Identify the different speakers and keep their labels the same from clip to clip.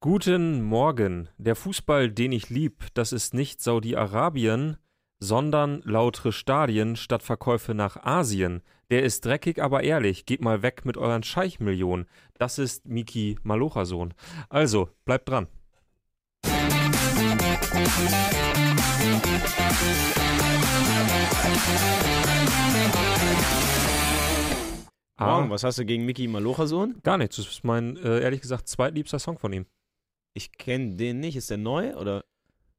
Speaker 1: Guten Morgen. Der Fußball, den ich lieb, das ist nicht Saudi-Arabien, sondern lautere Stadien statt Verkäufe nach Asien. Der ist dreckig, aber ehrlich. Geht mal weg mit euren Scheichmillionen. Das ist Miki Malocha-Sohn. Also, bleibt dran.
Speaker 2: Morgen,
Speaker 1: Ah.
Speaker 2: was hast du gegen Mickey Malocha-Sohn?
Speaker 1: Gar nichts. Das ist mein, äh, ehrlich gesagt, zweitliebster Song von ihm.
Speaker 2: Ich kenne den nicht. Ist der neu? Oder?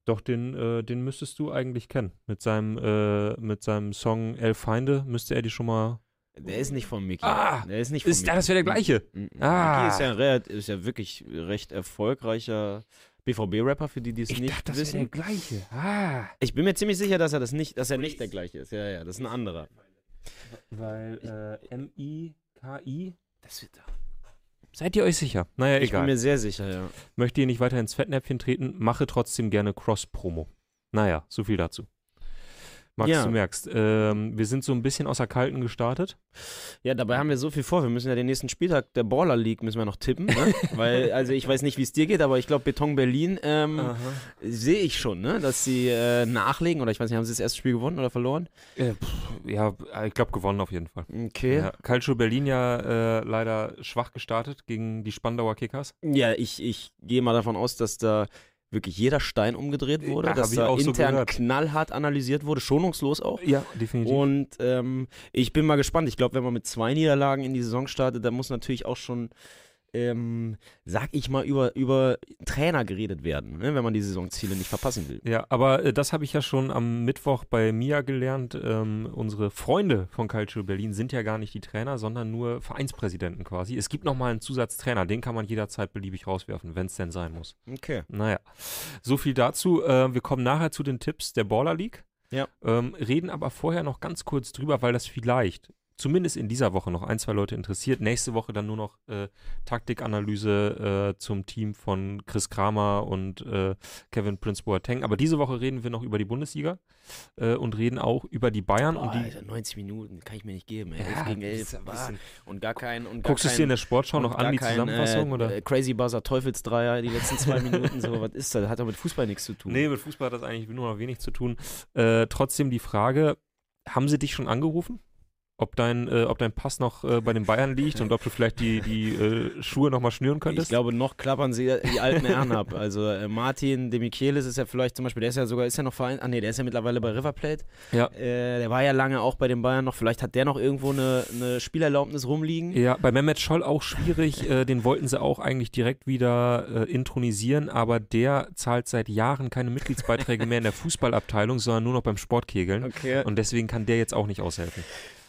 Speaker 1: Doch, den, äh, den müsstest du eigentlich kennen. Mit seinem, äh, mit seinem Song Elf Feinde müsste er die schon mal.
Speaker 2: Der ist nicht von Mickey.
Speaker 1: Ah,
Speaker 2: der ist nicht von
Speaker 1: Ist,
Speaker 2: Mickey.
Speaker 1: das wäre der gleiche.
Speaker 2: Mhm.
Speaker 1: Ah.
Speaker 2: Mickey ist ja, recht, ist ja wirklich recht erfolgreicher BVB-Rapper, für die, die es nicht wissen.
Speaker 1: gleiche. Ah.
Speaker 2: ich bin mir ziemlich sicher, dass er das nicht, dass er nicht der gleiche ist. Ja, ja, das ist ein anderer.
Speaker 1: Weil äh, M-I-K-I.
Speaker 2: Das wird
Speaker 1: Seid ihr euch sicher? Naja,
Speaker 2: ich bin
Speaker 1: egal.
Speaker 2: mir sehr sicher, ja.
Speaker 1: Möchte ihr nicht weiter ins Fettnäpfchen treten, mache trotzdem gerne Cross-Promo. Naja, so viel dazu. Max,
Speaker 2: Ja.
Speaker 1: du merkst, ähm, wir sind so ein bisschen außer Kalten gestartet.
Speaker 2: Ja, dabei haben wir so viel vor. Wir müssen ja den nächsten Spieltag der Baller League müssen wir noch tippen. Ne? Weil, also ich weiß nicht, wie es dir geht, aber ich glaube, Beton Berlin ähm,
Speaker 1: Ah.
Speaker 2: sehe ich schon, ne? dass sie äh, nachlegen. Oder ich weiß nicht, haben sie das erste Spiel gewonnen oder verloren?
Speaker 1: Äh, pff, ja, ich glaube, gewonnen auf jeden Fall.
Speaker 2: Okay.
Speaker 1: Ja, Calcio Berlin ja äh, leider schwach gestartet gegen die Spandauer Kickers.
Speaker 2: Ja, ich, ich gehe mal davon aus, dass da wirklich jeder Stein umgedreht
Speaker 1: Ja, Äh,
Speaker 2: wurde,
Speaker 1: hab
Speaker 2: dass
Speaker 1: ich
Speaker 2: da
Speaker 1: auch so
Speaker 2: intern
Speaker 1: gehört.
Speaker 2: knallhart analysiert wurde, schonungslos auch.
Speaker 1: Ja, definitiv.
Speaker 2: Und ähm, ich bin mal gespannt. Ich glaube, wenn man mit zwei Niederlagen in die Saison startet, dann muss natürlich auch schon, ähm, sag ich mal, über, über Trainer geredet werden, ne? wenn man die Saisonziele nicht verpassen will.
Speaker 1: Ja, aber äh, das habe ich ja schon am Mittwoch bei Mia gelernt. Ähm, unsere Freunde von Calcio Berlin sind ja gar nicht die Trainer, sondern nur Vereinspräsidenten quasi. Es gibt nochmal einen Zusatztrainer, den kann man jederzeit beliebig rauswerfen, wenn es denn sein muss.
Speaker 2: Okay.
Speaker 1: Naja, so viel dazu. Äh, wir kommen nachher zu den Tipps der Baller League.
Speaker 2: Ja.
Speaker 1: Ähm, reden aber vorher noch ganz kurz drüber, weil das vielleicht zumindest in dieser Woche noch ein, zwei Leute interessiert. Nächste Woche dann nur noch äh, Taktikanalyse äh, zum Team von Chris Kramer und äh, Kevin Prince Boateng. Aber diese Woche reden wir noch über die Bundesliga äh, und reden auch über die Bayern
Speaker 2: Boah,
Speaker 1: und die.
Speaker 2: Alter, 90 Minuten kann ich mir nicht geben. Ey.
Speaker 1: Ja,
Speaker 2: 11 gegen
Speaker 1: das
Speaker 2: 11.
Speaker 1: ist ein
Speaker 2: bah,
Speaker 1: bisschen-
Speaker 2: und gar keinen. Und gar
Speaker 1: Guckst du es
Speaker 2: keinen-
Speaker 1: dir in der Sportschau noch
Speaker 2: Und
Speaker 1: an,
Speaker 2: gar
Speaker 1: die
Speaker 2: kein,
Speaker 1: Zusammenfassung?
Speaker 2: äh,
Speaker 1: oder?
Speaker 2: äh, Crazy Buzzer, Teufelsdreier, die letzten zwei Minuten, so, was ist das? Hat doch mit Fußball nichts zu tun.
Speaker 1: Nee, mit Fußball hat das eigentlich nur noch wenig zu tun. Äh, trotzdem die Frage, haben sie dich schon angerufen? Ob dein, äh, ob dein Pass noch äh, bei den Bayern liegt und ob du vielleicht die, die äh, Schuhe nochmal schnüren
Speaker 2: ich
Speaker 1: könntest?
Speaker 2: glaube, noch klappern sie die alten Herren ab. Also äh, Martin de Michelis ist ja vielleicht zum Beispiel, der ist ja sogar, ist ja noch Verein, ah nee, der ist ja mittlerweile bei River Plate.
Speaker 1: Ja.
Speaker 2: Äh, der war ja lange auch bei den Bayern noch, vielleicht hat der noch irgendwo eine, eine Spielerlaubnis rumliegen.
Speaker 1: ja, bei Mehmet Scholl auch schwierig. äh, den wollten sie auch eigentlich direkt wieder äh, intronisieren, aber der zahlt seit Jahren keine Mitgliedsbeiträge mehr in der Fußballabteilung, sondern nur noch beim Sportkegeln.
Speaker 2: Okay.
Speaker 1: Und deswegen kann der jetzt auch nicht aushelfen.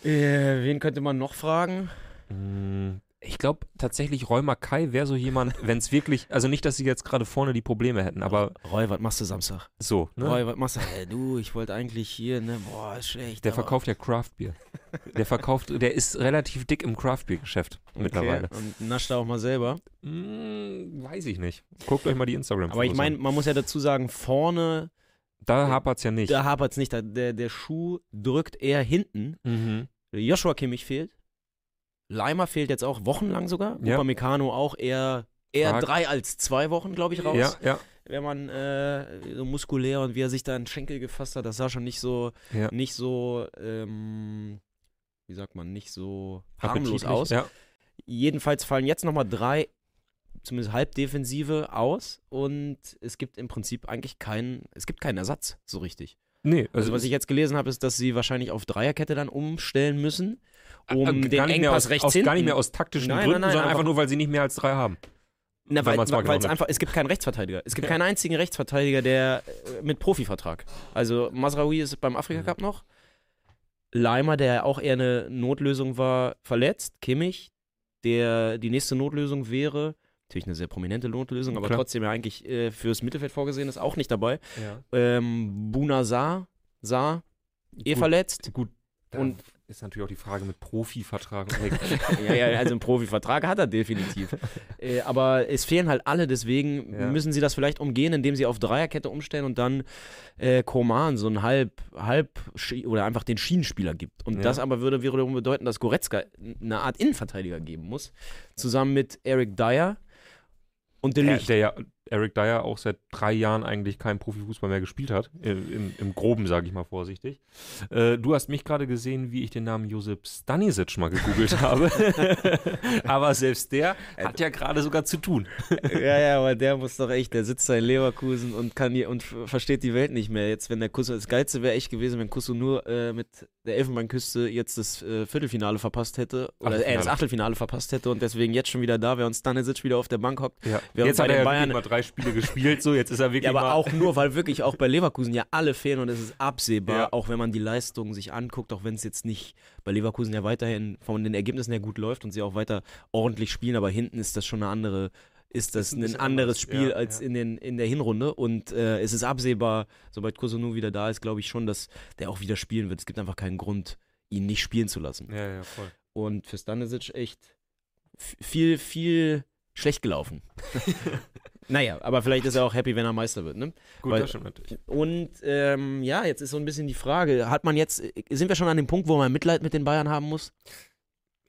Speaker 2: Äh, wen könnte man noch fragen?
Speaker 1: Mm, Ich glaube tatsächlich, Roy Mackay wäre so jemand, wenn es wirklich, also nicht, dass sie jetzt gerade vorne die Probleme hätten, aber
Speaker 2: Roy, was machst du Samstag?
Speaker 1: so. Ne?
Speaker 2: Roy, was machst du? Ey, du, ich wollte eigentlich hier, ne, boah, ist schlecht.
Speaker 1: Der
Speaker 2: aber-
Speaker 1: verkauft ja Craftbier. Der verkauft, der ist relativ dick im Craftbeer-Geschäft
Speaker 2: Okay. Hm,
Speaker 1: mittlerweile.
Speaker 2: Und nascht da auch mal selber.
Speaker 1: Mm, weiß ich nicht. Guckt euch mal die instagram
Speaker 2: Aber ich meine, man muss ja dazu sagen, vorne,
Speaker 1: da hapert es ja nicht.
Speaker 2: da hapert es nicht. Da, der, der Schuh drückt eher hinten.
Speaker 1: Mhm.
Speaker 2: Joshua Kimmich fehlt. Leimer fehlt jetzt auch wochenlang sogar.
Speaker 1: Ja.
Speaker 2: Upamecano auch eher, eher
Speaker 1: Frag-
Speaker 2: drei als zwei Wochen, glaube ich, raus.
Speaker 1: Ja, ja.
Speaker 2: Wenn man äh, so muskulär und wie er sich da in den Schenkel gefasst hat, das sah schon nicht so,
Speaker 1: Ja.
Speaker 2: nicht so, ähm, wie sagt man, nicht so harmlos
Speaker 1: Appetitlich,
Speaker 2: aus.
Speaker 1: Ja.
Speaker 2: Jedenfalls fallen jetzt nochmal drei, zumindest Halbdefensive, aus und es gibt im Prinzip eigentlich keinen, es gibt keinen Ersatz so richtig.
Speaker 1: Nee,
Speaker 2: Also,
Speaker 1: also,
Speaker 2: was ich jetzt gelesen habe, ist, dass sie wahrscheinlich auf Dreierkette dann umstellen müssen, um
Speaker 1: äh,
Speaker 2: den
Speaker 1: nicht mehr
Speaker 2: Engpass
Speaker 1: aus,
Speaker 2: rechts
Speaker 1: aus,
Speaker 2: hinten.
Speaker 1: Gar nicht mehr aus taktischen
Speaker 2: Nein, nein,
Speaker 1: Gründen,
Speaker 2: nein,
Speaker 1: sondern einfach
Speaker 2: einfach-
Speaker 1: nur, weil sie nicht mehr als drei haben.
Speaker 2: Na,
Speaker 1: wenn
Speaker 2: weil
Speaker 1: man's mal
Speaker 2: weil es
Speaker 1: genau
Speaker 2: einfach, es gibt keinen Rechtsverteidiger. Es gibt keinen einzigen Rechtsverteidiger, der äh, mit Profivertrag. Also Masraoui ist beim Afrika Cup noch. Leimer, der auch eher eine Notlösung war, verletzt. Kimmich, der die nächste Notlösung wäre, natürlich eine sehr prominente Notlösung, aber
Speaker 1: Klar.
Speaker 2: trotzdem ja eigentlich äh, fürs Mittelfeld vorgesehen ist, auch nicht dabei.
Speaker 1: Ja.
Speaker 2: Ähm, Buna Saar, Saar, eh verletzt.
Speaker 1: Gut. da
Speaker 2: Und-
Speaker 1: ist natürlich auch die Frage mit Profivertrag.
Speaker 2: Ja, ja, also einen Profivertrag hat er definitiv. äh, aber es fehlen halt alle, deswegen
Speaker 1: Ja.
Speaker 2: müssen sie das vielleicht umgehen, indem sie auf Dreierkette umstellen und dann äh, Koman so einen halb, halb Schi- oder einfach den Schienenspieler gibt. Und
Speaker 1: Ja.
Speaker 2: das aber würde wiederum bedeuten, dass Goretzka eine Art Innenverteidiger geben muss, zusammen mit Eric Dyer. Und der
Speaker 1: der,
Speaker 2: Licht.
Speaker 1: der ja Eric Dyer auch seit drei Jahren eigentlich keinen Profifußball mehr gespielt hat. Äh, Im, im Groben, sage ich mal vorsichtig. Äh, du hast mich gerade gesehen, wie ich den Namen Josip Stanisic mal gegoogelt habe. Aber selbst der hat ja gerade sogar zu tun.
Speaker 2: ja, ja, aber der muss doch echt, der sitzt da in Leverkusen und kann hier und f- versteht die Welt nicht mehr. Jetzt, wenn der Kusso, das Geilste wäre echt gewesen, wenn Kusso nur äh, mit der Elfenbeinküste jetzt das äh, Viertelfinale verpasst hätte oder äh, das
Speaker 1: Achtelfinale.
Speaker 2: Achtelfinale verpasst hätte und deswegen jetzt schon wieder da wäre und Stanisic wieder auf der Bank hockt. Während
Speaker 1: Jetzt
Speaker 2: bei
Speaker 1: hat
Speaker 2: den
Speaker 1: er ja
Speaker 2: Bayern-
Speaker 1: wirklich mal drei Spiele gespielt, so jetzt ist er wirklich
Speaker 2: Ja, aber
Speaker 1: mal
Speaker 2: auch nur, weil wirklich auch bei Leverkusen ja alle fehlen und es ist absehbar,
Speaker 1: Ja.
Speaker 2: auch wenn man die Leistungen sich anguckt, auch wenn es jetzt nicht bei Leverkusen ja weiterhin von den Ergebnissen her gut läuft und sie auch weiter ordentlich spielen, aber hinten ist das schon eine andere, ist das
Speaker 1: Ist ein
Speaker 2: ein,
Speaker 1: bisschen
Speaker 2: anderes
Speaker 1: anders,
Speaker 2: Spiel
Speaker 1: ja,
Speaker 2: als
Speaker 1: ja.
Speaker 2: In, den, in der Hinrunde und äh, es ist absehbar, sobald Kosunu wieder da ist, glaube ich schon, dass der auch wieder spielen wird. Es gibt einfach keinen Grund, ihn nicht spielen zu lassen.
Speaker 1: Ja, ja, voll.
Speaker 2: Und für Stanisic echt f- viel, viel schlecht gelaufen. naja, aber vielleicht ist er auch happy, wenn er Meister wird, ne?
Speaker 1: Gut,
Speaker 2: Weil-
Speaker 1: das stimmt natürlich.
Speaker 2: Und ähm, ja, jetzt ist so ein bisschen die Frage, hat man jetzt, sind wir schon an dem Punkt, wo man Mitleid mit den Bayern haben muss?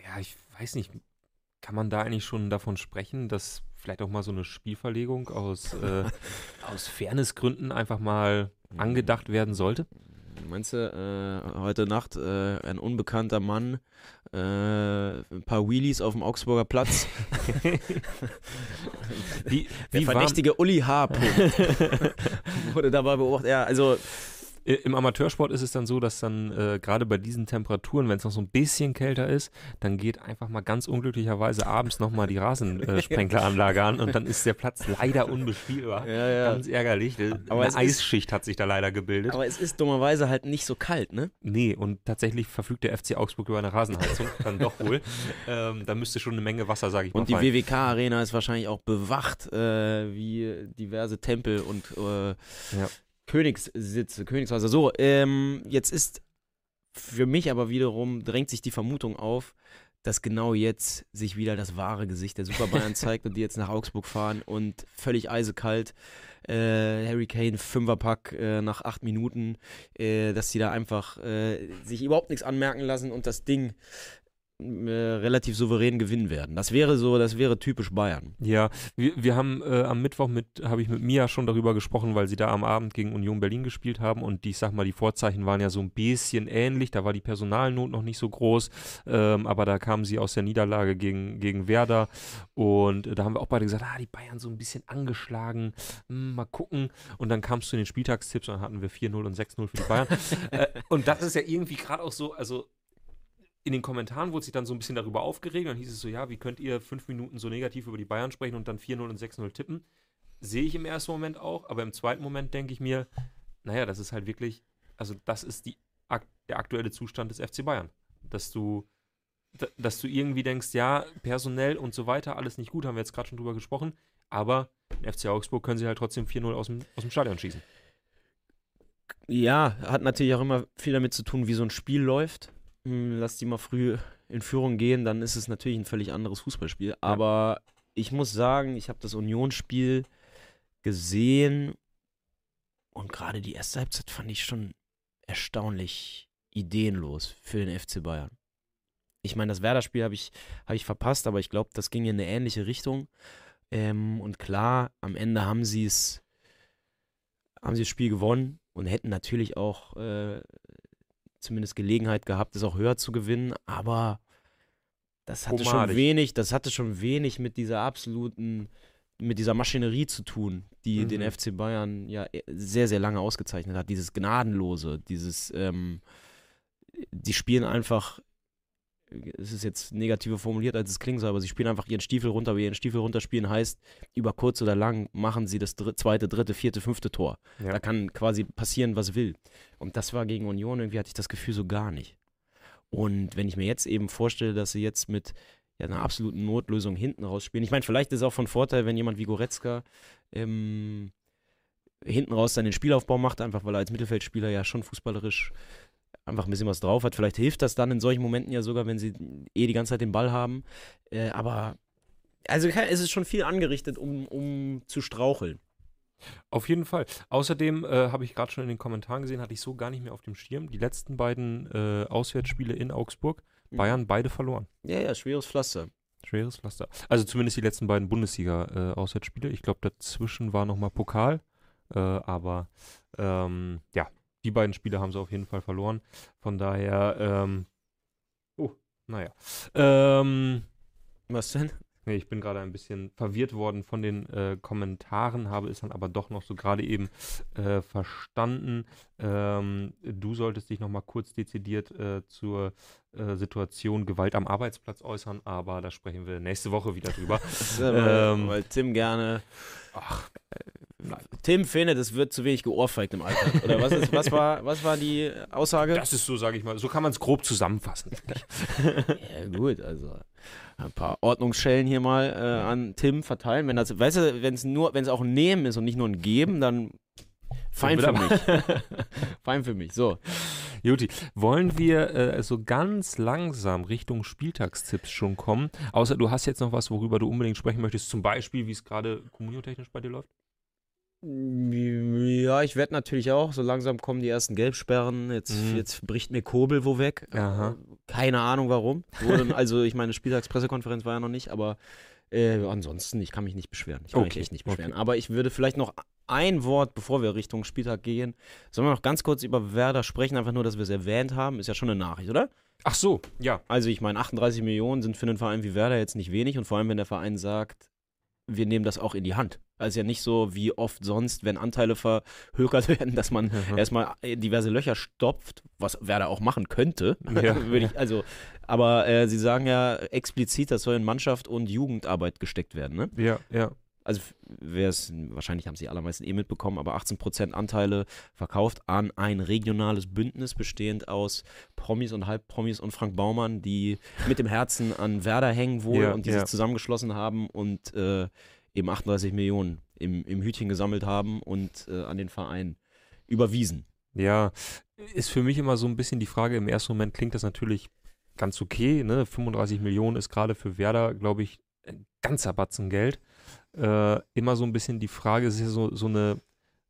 Speaker 1: Ja, ich weiß nicht, kann man da eigentlich schon davon sprechen, dass vielleicht auch mal so eine Spielverlegung aus, äh, aus Fairnessgründen einfach mal
Speaker 2: Mhm.
Speaker 1: angedacht werden sollte?
Speaker 2: Hm, Meinst du, äh, heute Nacht äh, ein unbekannter Mann, äh, ein paar Wheelies auf dem Augsburger Platz,
Speaker 1: Wie,
Speaker 2: der
Speaker 1: wie war,
Speaker 2: verdächtige Uli H. wurde dabei beobachtet. Ja, also
Speaker 1: Äh, Im Amateursport ist es dann so, dass dann äh, gerade bei diesen Temperaturen, wenn es noch so ein bisschen kälter ist, dann geht einfach mal ganz unglücklicherweise abends nochmal die Rasensprenkleranlage an und dann ist der Platz leider unbespielbar.
Speaker 2: Ja, ja.
Speaker 1: Ganz ärgerlich.
Speaker 2: Aber es
Speaker 1: Eine
Speaker 2: ist-
Speaker 1: Eisschicht hat sich da leider gebildet.
Speaker 2: Aber es ist dummerweise halt nicht so kalt, ne?
Speaker 1: Nee, und tatsächlich verfügt der FC Augsburg über eine Rasenheizung, dann doch wohl. ähm, da müsste schon eine Menge Wasser, sage ich mal.
Speaker 2: Und die
Speaker 1: fallen.
Speaker 2: WWK-Arena ist wahrscheinlich auch bewacht, äh, wie diverse Tempel und äh, Königssitze, Königshäuser. So, ähm, jetzt ist für mich aber wiederum, drängt sich die Vermutung auf, dass genau jetzt sich wieder das wahre Gesicht der Super Bayern zeigt und die jetzt nach Augsburg fahren und völlig eisekalt äh, Harry Kane Fünferpack äh, nach acht Minuten, äh, dass die da einfach äh, sich überhaupt nichts anmerken lassen und das Ding äh, relativ souverän gewinnen werden. Das wäre so, das wäre typisch Bayern.
Speaker 1: Ja, wir, wir haben äh, am Mittwoch mit, habe ich mit Mia schon darüber gesprochen, weil sie da am Abend gegen Union Berlin gespielt haben und die, ich sag mal, die Vorzeichen waren ja so ein bisschen ähnlich, da war die Personalnot noch nicht so groß, ähm, aber da kamen sie aus der Niederlage gegen, gegen Werder und äh, da haben wir auch beide gesagt, ah, die Bayern so ein bisschen angeschlagen, hm, mal gucken und dann kamst du in den Spieltagstipps und dann hatten wir 4-0 und 6-0 für die Bayern äh, und das ist ja irgendwie gerade auch so, also in den Kommentaren wurde sich dann so ein bisschen darüber aufgeregt. Dann hieß es so, ja, wie könnt ihr fünf Minuten so negativ über die Bayern sprechen und dann 4-0 und 6-0 tippen? Sehe ich im ersten Moment auch, aber im zweiten Moment denke ich mir, naja, das ist halt wirklich, also das ist die, ak- der aktuelle Zustand des FC Bayern. Dass du, da- dass du irgendwie denkst, ja, personell und so weiter, alles nicht gut, haben wir jetzt gerade schon drüber gesprochen, aber im FC Augsburg können sie halt trotzdem 4-0 aus dem, aus dem Stadion schießen.
Speaker 2: Ja, hat natürlich auch immer viel damit zu tun, wie so ein Spiel läuft. Hm, Lass die mal früh in Führung gehen, dann ist es natürlich ein völlig anderes Fußballspiel. Aber ich muss sagen, ich habe das Unionsspiel gesehen und gerade die erste Halbzeit fand ich schon erstaunlich ideenlos für den FC Bayern. Ich meine, das Werder-Spiel habe ich, hab ich verpasst, aber ich glaube, das ging in eine ähnliche Richtung. Ähm, und klar, am Ende haben sie es haben sie das Spiel gewonnen und hätten natürlich auch äh, zumindest Gelegenheit gehabt, es auch höher zu gewinnen, aber das hatte schon
Speaker 1: Pomadig.
Speaker 2: wenig, das hatte schon wenig mit dieser absoluten, mit dieser Maschinerie zu tun, die
Speaker 1: Mhm.
Speaker 2: den FC Bayern ja e- sehr, sehr lange ausgezeichnet hat. Dieses Gnadenlose, dieses, ähm, die spielen einfach, es ist jetzt negativer formuliert, als es klingt, so, aber sie spielen einfach ihren Stiefel runter, aber ihren Stiefel runterspielen heißt, über kurz oder lang machen sie das dr zweite, dritte, vierte, fünfte Tor.
Speaker 1: Ja.
Speaker 2: Da kann quasi passieren, was will. Und das war gegen Union, irgendwie hatte ich das Gefühl so gar nicht. Und wenn ich mir jetzt eben vorstelle, dass sie jetzt mit ja, einer absoluten Notlösung hinten rausspielen, ich meine, vielleicht ist es auch von Vorteil, wenn jemand wie Goretzka ähm, hinten raus seinen Spielaufbau macht, einfach weil er als Mittelfeldspieler ja schon fußballerisch einfach ein bisschen was drauf hat. Vielleicht hilft das dann in solchen Momenten ja sogar, wenn sie eh die ganze Zeit den Ball haben. Äh, aber also ke- es ist schon viel angerichtet, um, um zu straucheln.
Speaker 1: Auf jeden Fall. Außerdem äh, habe ich gerade schon in den Kommentaren gesehen, hatte ich so gar nicht mehr auf dem Schirm. Die letzten beiden äh, Auswärtsspiele in Augsburg,
Speaker 2: Mhm.
Speaker 1: Bayern beide verloren.
Speaker 2: Ja, ja, schweres Pflaster.
Speaker 1: Schweres Pflaster. Also zumindest die letzten beiden Bundesliga-Auswärtsspiele. ich glaube, dazwischen war nochmal Pokal. Äh, aber ähm, ja, die beiden Spiele haben sie auf jeden Fall verloren. Von daher, ähm, oh, naja. Ähm,
Speaker 2: Was denn?
Speaker 1: nee, ich bin gerade ein bisschen verwirrt worden von den äh, Kommentaren, habe es dann aber doch noch so gerade eben äh, verstanden. Ähm, du solltest dich nochmal kurz dezidiert äh, zur äh, Situation Gewalt am Arbeitsplatz äußern, aber da sprechen wir nächste Woche wieder drüber. Ähm,
Speaker 2: weil Tim gerne.
Speaker 1: Ach,
Speaker 2: Tim findet, es wird zu wenig geohrfeigt im Alter. Oder was, ist, was, war, was war die Aussage?
Speaker 1: das ist so, sage ich mal, so kann man es grob zusammenfassen.
Speaker 2: Ja, gut, also ein paar Ordnungsschellen hier mal äh, an Tim verteilen. Wenn das, weißt du, wenn es nur, wenn es auch ein Nehmen ist und nicht nur ein Geben, dann fein für
Speaker 1: Dann
Speaker 2: mich. fein für mich. So.
Speaker 1: Juti, wollen wir äh, so ganz langsam Richtung Spieltagstipps schon kommen? Außer du hast jetzt noch was, worüber du unbedingt sprechen möchtest, zum Beispiel, wie es gerade kommuniotechnisch bei dir läuft.
Speaker 2: Ja, ich werde natürlich auch. So langsam kommen die ersten Gelbsperren. Jetzt,
Speaker 1: Mhm.
Speaker 2: jetzt bricht mir Kobel wo weg.
Speaker 1: Aha.
Speaker 2: Keine Ahnung warum. Wurde, also ich meine, Spieltagspressekonferenz war ja noch nicht, aber äh, ansonsten, ich kann mich nicht beschweren. Ich kann mich
Speaker 1: Okay,
Speaker 2: echt nicht
Speaker 1: okay.
Speaker 2: beschweren. Aber ich würde vielleicht noch ein Wort, bevor wir Richtung Spieltag gehen, sollen wir noch ganz kurz über Werder sprechen, einfach nur, dass wir es erwähnt haben. Ist ja schon eine Nachricht, oder?
Speaker 1: Ach so, ja.
Speaker 2: Also ich meine, 38 Millionen sind für einen Verein wie Werder jetzt nicht wenig und vor allem, wenn der Verein sagt, wir nehmen das auch in die Hand. Also ja nicht so wie oft sonst, wenn Anteile verhökert werden, dass man erstmal äh, diverse Löcher stopft, was Werder auch machen könnte.
Speaker 1: Ja.
Speaker 2: Würde ich, also, aber äh, sie sagen ja explizit, das soll in Mannschaft und Jugendarbeit gesteckt werden. Ne?
Speaker 1: Ja, ja.
Speaker 2: Also f- wer es wahrscheinlich haben sie allermeisten eh mitbekommen, aber 18% Anteile verkauft an ein regionales Bündnis bestehend aus Promis und Halbpromis und Frank Baumann, die mit dem Herzen an Werder hängen wohl
Speaker 1: Ja,
Speaker 2: und die
Speaker 1: ja.
Speaker 2: sich zusammengeschlossen haben und äh, eben 38 Millionen im, im Hütchen gesammelt haben und äh, an den Verein überwiesen.
Speaker 1: Ja, ist für mich immer so ein bisschen die Frage, im ersten Moment klingt das natürlich ganz okay, ne? 35 Millionen ist gerade für Werder, glaube ich, ein ganzer Batzen Geld. Äh, immer so ein bisschen die Frage, es ist ja so, so eine,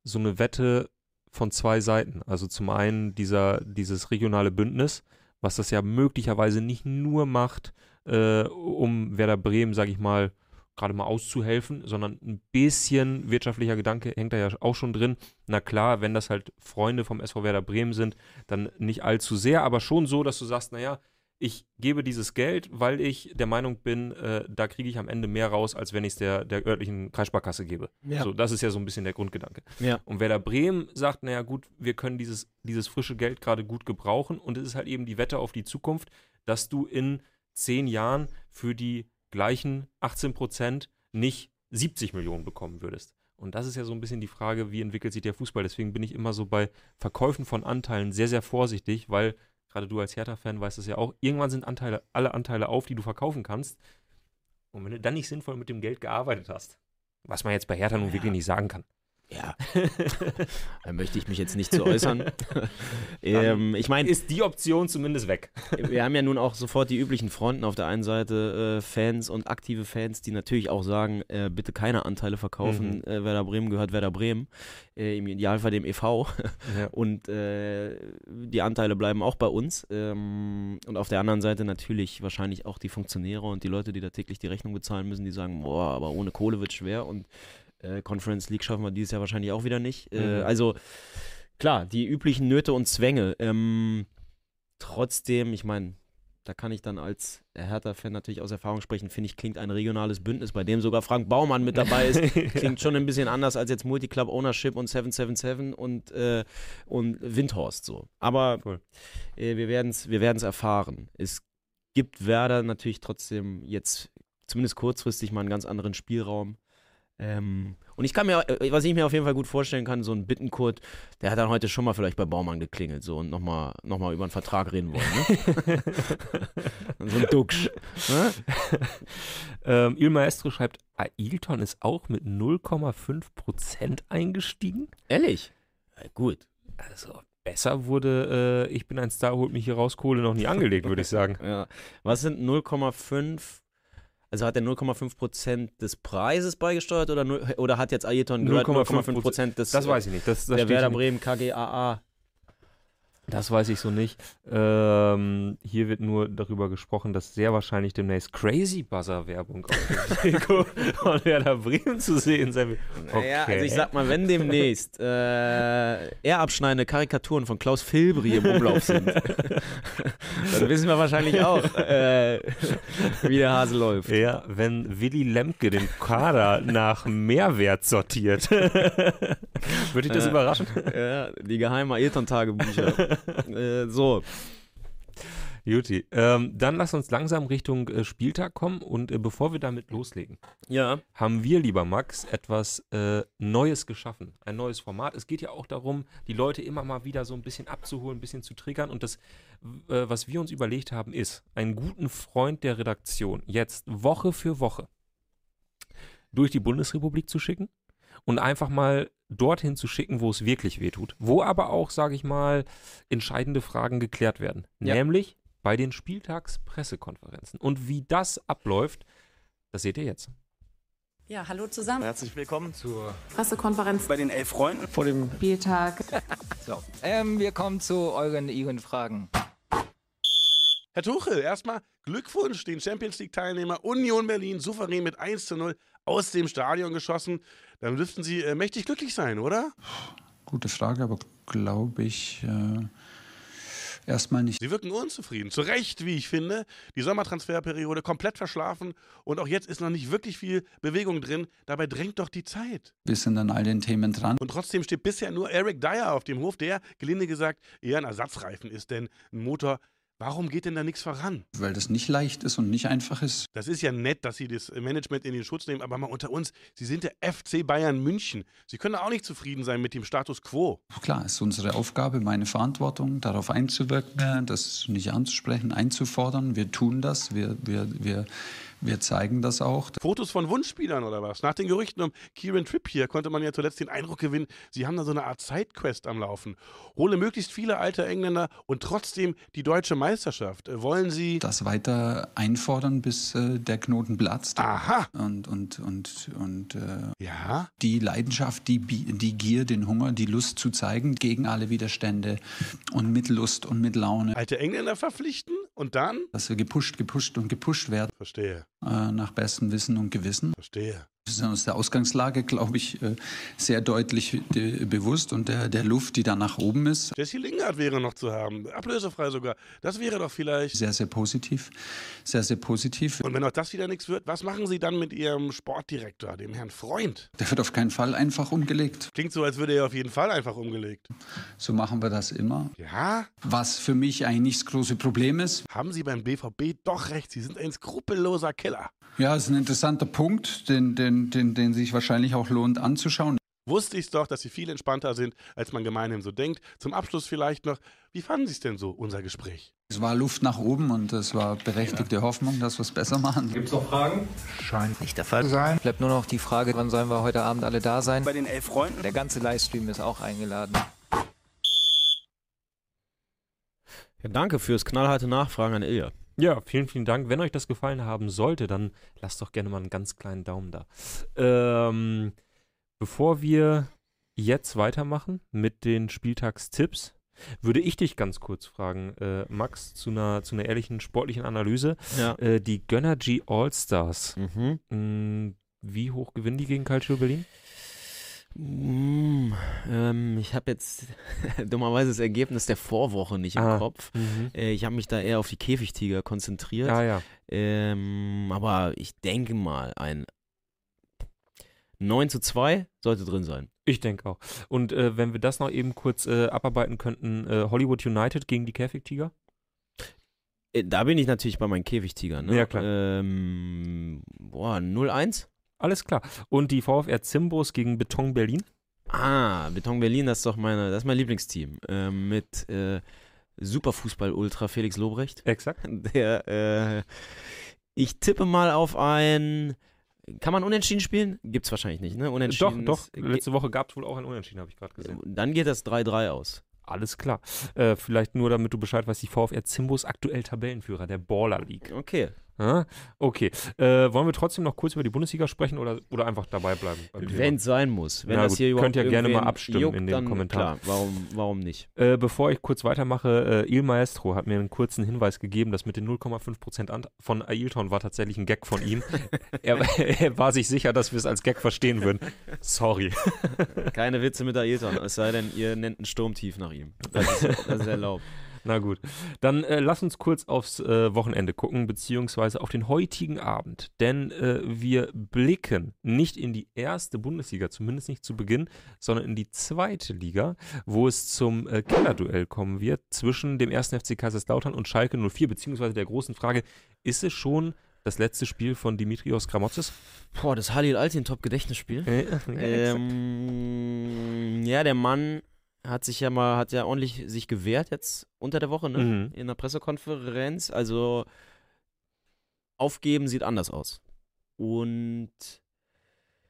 Speaker 1: so eine Wette von zwei Seiten. Also zum einen dieser, dieses regionale Bündnis, was das ja möglicherweise nicht nur macht, äh, um Werder Bremen, sage ich mal, gerade mal auszuhelfen, sondern ein bisschen wirtschaftlicher Gedanke hängt da ja auch schon drin. Na klar, wenn das halt Freunde vom SV Werder Bremen sind, dann nicht allzu sehr, aber schon so, dass du sagst, naja, ich gebe dieses Geld, weil ich der Meinung bin, äh, da kriege ich am Ende mehr raus, als wenn ich es der, der örtlichen Kreissparkasse gebe. So, das ist ja so ein bisschen der Grundgedanke.
Speaker 2: Ja.
Speaker 1: Und Werder Bremen sagt, naja gut, wir können dieses, dieses frische Geld gerade gut gebrauchen und es ist halt eben die Wette auf die Zukunft, dass du in zehn Jahren für die gleichen 18 Prozent nicht 70 Millionen bekommen würdest. Und das ist ja so ein bisschen die Frage, wie entwickelt sich der Fußball. Deswegen bin ich immer so bei Verkäufen von Anteilen sehr, sehr vorsichtig, weil gerade du als Hertha-Fan weißt es ja auch, irgendwann sind Anteile, alle Anteile auf, die du verkaufen kannst. Und wenn du dann nicht sinnvoll mit dem Geld gearbeitet hast, was man jetzt bei Hertha nun
Speaker 2: Ja.
Speaker 1: wirklich nicht sagen kann.
Speaker 2: Ja, da möchte ich mich jetzt nicht zu äußern. ähm, ich meine,
Speaker 1: ist die Option zumindest weg.
Speaker 2: wir haben ja nun auch sofort die üblichen Fronten. Auf der einen Seite äh, Fans und aktive Fans, die natürlich auch sagen, äh, bitte keine Anteile verkaufen.
Speaker 1: Mhm.
Speaker 2: Äh, Werder Bremen gehört Werder Bremen. Äh, Im Idealfall dem e.V.
Speaker 1: Ja.
Speaker 2: Und äh, die Anteile bleiben auch bei uns. Ähm, und auf der anderen Seite natürlich wahrscheinlich auch die Funktionäre und die Leute, die da täglich die Rechnung bezahlen müssen, die sagen, boah, aber ohne Kohle wird schwer und äh, Conference League schaffen wir dieses Jahr wahrscheinlich auch wieder nicht. Äh,
Speaker 1: Mhm.
Speaker 2: also klar, die üblichen Nöte und Zwänge. Ähm, trotzdem, ich meine, da kann ich dann als Hertha-Fan natürlich aus Erfahrung sprechen, finde ich, klingt ein regionales Bündnis, bei dem sogar Frank Baumann mit dabei ist. Klingt schon ein bisschen anders als jetzt Multiclub Ownership und 777 und, äh, und Windhorst so. Aber
Speaker 1: Voll.
Speaker 2: äh, wir werden es wir werden's erfahren. Es gibt Werder natürlich trotzdem jetzt zumindest kurzfristig mal einen ganz anderen Spielraum. Ähm, und ich kann mir, äh, was ich mir auf jeden Fall gut vorstellen kann, so ein Bittenkurt, der hat dann heute schon mal vielleicht bei Baumann geklingelt so und nochmal noch mal über einen Vertrag reden wollen. Ne? so ein Duxch. Ne?
Speaker 1: ähm, Il Maestro schreibt, Ailton ist auch mit 0,5 Prozent eingestiegen.
Speaker 2: Ehrlich? Ja, gut.
Speaker 1: Also besser wurde, äh, ich bin ein Star, holt mich hier raus, Kohle noch nie angelegt, würde ich sagen.
Speaker 2: Ja. Was sind 0,5? Also hat er 0,5 Prozent des Preises beigesteuert oder, null- oder hat jetzt Ayrton gehört
Speaker 1: 0,5%
Speaker 2: 0,5 Prozent des
Speaker 1: Das weiß ich nicht. Das, das
Speaker 2: der
Speaker 1: steht hier
Speaker 2: Werder
Speaker 1: nicht.
Speaker 2: Bremen KGAA?
Speaker 1: Das weiß ich so nicht. Ähm, hier wird nur darüber gesprochen, dass sehr wahrscheinlich demnächst Crazy Buzzer Werbung auf dem Trikot von Werder Bremen zu sehen sein wird.
Speaker 2: Naja,
Speaker 1: Okay.
Speaker 2: also ich sag mal, wenn demnächst äh, eher abschneidende Karikaturen von Klaus Filbri im Umlauf sind, dann wissen wir wahrscheinlich auch, äh, wie der Hase läuft.
Speaker 1: Ja, wenn Willy Lemke den Kader nach Mehrwert sortiert. Würde dich das
Speaker 2: Äh,
Speaker 1: überraschen?
Speaker 2: Ja, die geheimen Elterntagebücher. äh, so.
Speaker 1: Juti. Ähm, dann lass uns langsam Richtung äh, Spieltag kommen und äh, bevor wir damit loslegen,
Speaker 2: Ja.
Speaker 1: haben wir, lieber Max, etwas äh, Neues geschaffen. Ein neues Format. Es geht ja auch darum, die Leute immer mal wieder so ein bisschen abzuholen, ein bisschen zu triggern. Und das, äh, was wir uns überlegt haben, ist, einen guten Freund der Redaktion jetzt Woche für Woche durch die Bundesrepublik zu schicken und einfach mal dorthin zu schicken, wo es wirklich wehtut. Wo aber auch, sage ich mal, entscheidende Fragen geklärt werden.
Speaker 2: Ja.
Speaker 1: Nämlich bei den Spieltagspressekonferenzen. Und wie das abläuft, das seht ihr jetzt.
Speaker 3: Ja, hallo zusammen.
Speaker 4: Herzlich willkommen zur
Speaker 3: Pressekonferenz
Speaker 4: bei den elf Freunden.
Speaker 5: vor dem
Speaker 3: Spieltag.
Speaker 6: So, ähm, wir kommen zu euren, ihren Fragen.
Speaker 7: Herr Tuchel, erstmal Glückwunsch den Champions League-Teilnehmer Union Berlin souverän mit 1 zu 0 aus dem Stadion geschossen. Dann dürften Sie äh, mächtig glücklich sein, oder?
Speaker 5: Gute Frage, aber glaube ich äh, erstmal nicht.
Speaker 7: Sie wirken unzufrieden. Zu Recht, wie ich finde. Die Sommertransferperiode komplett verschlafen und auch jetzt ist noch nicht wirklich viel Bewegung drin. Dabei drängt doch die Zeit.
Speaker 5: Wir sind an all den Themen dran.
Speaker 7: Und trotzdem steht bisher nur Eric Dyer auf dem Hof, der, gelinde gesagt, eher ein Ersatzreifen ist, denn ein Motor. Warum geht denn da nichts voran?
Speaker 5: Weil das nicht leicht ist und nicht einfach ist.
Speaker 7: Das ist ja nett, dass Sie das Management in den Schutz nehmen, aber mal unter uns, Sie sind der FC Bayern München. Sie können auch nicht zufrieden sein mit dem Status quo.
Speaker 5: Klar, ist unsere Aufgabe, meine Verantwortung, darauf einzuwirken, äh, das nicht anzusprechen, einzufordern. Wir tun das, wir, wir, wir, wir zeigen das auch.
Speaker 7: Fotos von Wunschspielern oder was? Nach den Gerüchten um Kieran Tripp hier konnte man ja zuletzt den Eindruck gewinnen, Sie haben da so eine Art Sidequest am Laufen. Hole möglichst viele alte Engländer und trotzdem die deutsche Meisterschaft. Äh, Wollen Sie.
Speaker 5: Das weiter einfordern, bis äh, der Knoten platzt.
Speaker 7: Aha!
Speaker 5: Und, und, und, und äh,
Speaker 7: Ja?
Speaker 5: die Leidenschaft, die, Bi- die Gier, den Hunger, die Lust zu zeigen gegen alle Widerstände und mit Lust und mit Laune.
Speaker 7: Alte Engländer verpflichten und dann?
Speaker 5: dass wir gepusht, gepusht und gepusht werden
Speaker 7: Verstehe,
Speaker 5: äh, nach bestem Wissen und Gewissen.
Speaker 7: verstehe.
Speaker 5: Wir sind uns der Ausgangslage, glaube ich, äh, sehr deutlich de- bewusst und der, der Luft, die da nach oben ist,
Speaker 7: Jesse Lingard wäre noch zu haben. Ablösefrei sogar. Das wäre doch vielleicht.
Speaker 5: sehr, sehr positiv, sehr, sehr positiv.
Speaker 7: Und wenn auch das wieder nichts wird, was machen Sie dann mit Ihrem Sportdirektor, dem Herrn Freund?
Speaker 5: Der wird auf keinen Fall einfach umgelegt.
Speaker 7: Klingt so, als würde er auf jeden Fall einfach umgelegt.
Speaker 5: So machen wir das immer.
Speaker 7: Ja,
Speaker 5: Was für mich eigentlich nicht das große Problem ist.
Speaker 7: haben Sie beim BVB doch recht. Sie sind ein skrupelloser Killer.
Speaker 5: Ja, ist ein interessanter Punkt, den, den, den, den sich wahrscheinlich auch lohnt anzuschauen.
Speaker 7: Wusste ich doch, dass Sie viel entspannter sind, als man gemeinhin so denkt. Zum Abschluss vielleicht noch, wie fanden Sie es denn so, unser Gespräch?
Speaker 5: Es war Luft nach oben und es war berechtigte Hoffnung, dass wir es besser machen.
Speaker 6: Bleibt nur noch die Frage, wann sollen wir heute Abend alle da sein?
Speaker 4: Bei den elf Freunden.
Speaker 6: Der ganze Livestream ist auch eingeladen.
Speaker 2: Ja, danke fürs knallharte Nachfragen an Ilja.
Speaker 1: Ja, vielen, vielen Dank. Wenn euch das gefallen haben sollte, dann lasst doch gerne mal einen ganz kleinen Daumen da. Ähm, bevor wir jetzt weitermachen mit den Spieltagstipps, würde ich dich ganz kurz fragen, äh, Max, zu einer, zu einer ehrlichen sportlichen Analyse.
Speaker 2: Ja.
Speaker 1: Äh, die Gönnergy All-Stars,
Speaker 2: Mhm.
Speaker 1: mh, wie hoch gewinnen die gegen Calcio Berlin?
Speaker 2: Mm, ähm, ich habe jetzt dummerweise das Ergebnis der Vorwoche nicht im
Speaker 1: Ah.
Speaker 2: Kopf. Äh, ich habe mich da eher auf die Käfigtiger konzentriert.
Speaker 1: Ja, ja.
Speaker 2: Ähm, aber ich denke mal, ein 9 zu 2 sollte drin sein.
Speaker 1: Ich denke auch. Und äh, wenn wir das noch eben kurz äh, abarbeiten könnten, äh, Hollywood United gegen die Käfigtiger?
Speaker 2: Äh, Da bin ich natürlich bei meinen Käfigtigern. Ne?
Speaker 1: Ja, klar.
Speaker 2: Ähm, boah, 0-1?
Speaker 1: Alles klar. Und die VfR Zimbos gegen Beton Berlin?
Speaker 2: Ah, Beton Berlin, das ist doch meine, das ist mein Lieblingsteam. Ähm, mit äh, Superfußball-Ultra Felix Lobrecht.
Speaker 1: Exakt.
Speaker 2: Der, äh, ich tippe mal auf ein. Kann man unentschieden spielen? Gibt's wahrscheinlich nicht, ne?
Speaker 1: Doch,
Speaker 2: Unentschieden.
Speaker 1: doch.
Speaker 2: ist-
Speaker 1: Letzte Woche gab es wohl auch ein Unentschieden, habe ich gerade
Speaker 2: ge-
Speaker 1: gesehen.
Speaker 2: dann geht das 3-3 aus.
Speaker 1: Alles klar. Äh, vielleicht nur, damit du Bescheid weißt, die VfR Zimbos aktuell Tabellenführer der Baller League.
Speaker 2: Okay.
Speaker 1: Ja, okay. Äh, wollen wir trotzdem noch kurz über die Bundesliga sprechen oder, oder einfach dabei bleiben? beim Thema?
Speaker 2: Wenn es sein muss. Wenn
Speaker 1: Na
Speaker 2: das
Speaker 1: gut,
Speaker 2: hier überhaupt
Speaker 1: könnt ihr gerne mal
Speaker 2: irgendwen
Speaker 1: abstimmen
Speaker 2: juckt,
Speaker 1: in den
Speaker 2: dann
Speaker 1: Kommentaren.
Speaker 2: Klar, warum, warum nicht?
Speaker 1: Äh, bevor ich kurz weitermache, äh, Il Maestro hat mir einen kurzen Hinweis gegeben, dass mit den 0,5% Ant- von Ailton war tatsächlich ein Gag von ihm. er, er war sich sicher, dass wir es als Gag verstehen würden. Sorry.
Speaker 2: Keine Witze mit Ailton, es sei denn, ihr nennt einen Sturmtief nach ihm. Das ist, das ist erlaubt.
Speaker 1: Na gut. Dann äh, lass uns kurz aufs äh, Wochenende gucken, beziehungsweise auf den heutigen Abend. Denn äh, wir blicken nicht in die erste Bundesliga, zumindest nicht zu Beginn, sondern in die zweite Liga, wo es zum äh, Kellerduell kommen wird zwischen dem 1. FC Kaiserslautern und Schalke 04, beziehungsweise der großen Frage, ist es schon das letzte Spiel von Dimitrios Gramotzes?
Speaker 2: Boah, das Halil Altin Top Gedächtnisspiel.
Speaker 1: Äh,
Speaker 2: Ähm, ja, der Mann hat sich ja mal, hat ja ordentlich sich gewehrt jetzt unter der Woche, ne?
Speaker 1: Mhm.
Speaker 2: In der Pressekonferenz. Also aufgeben sieht anders aus. Und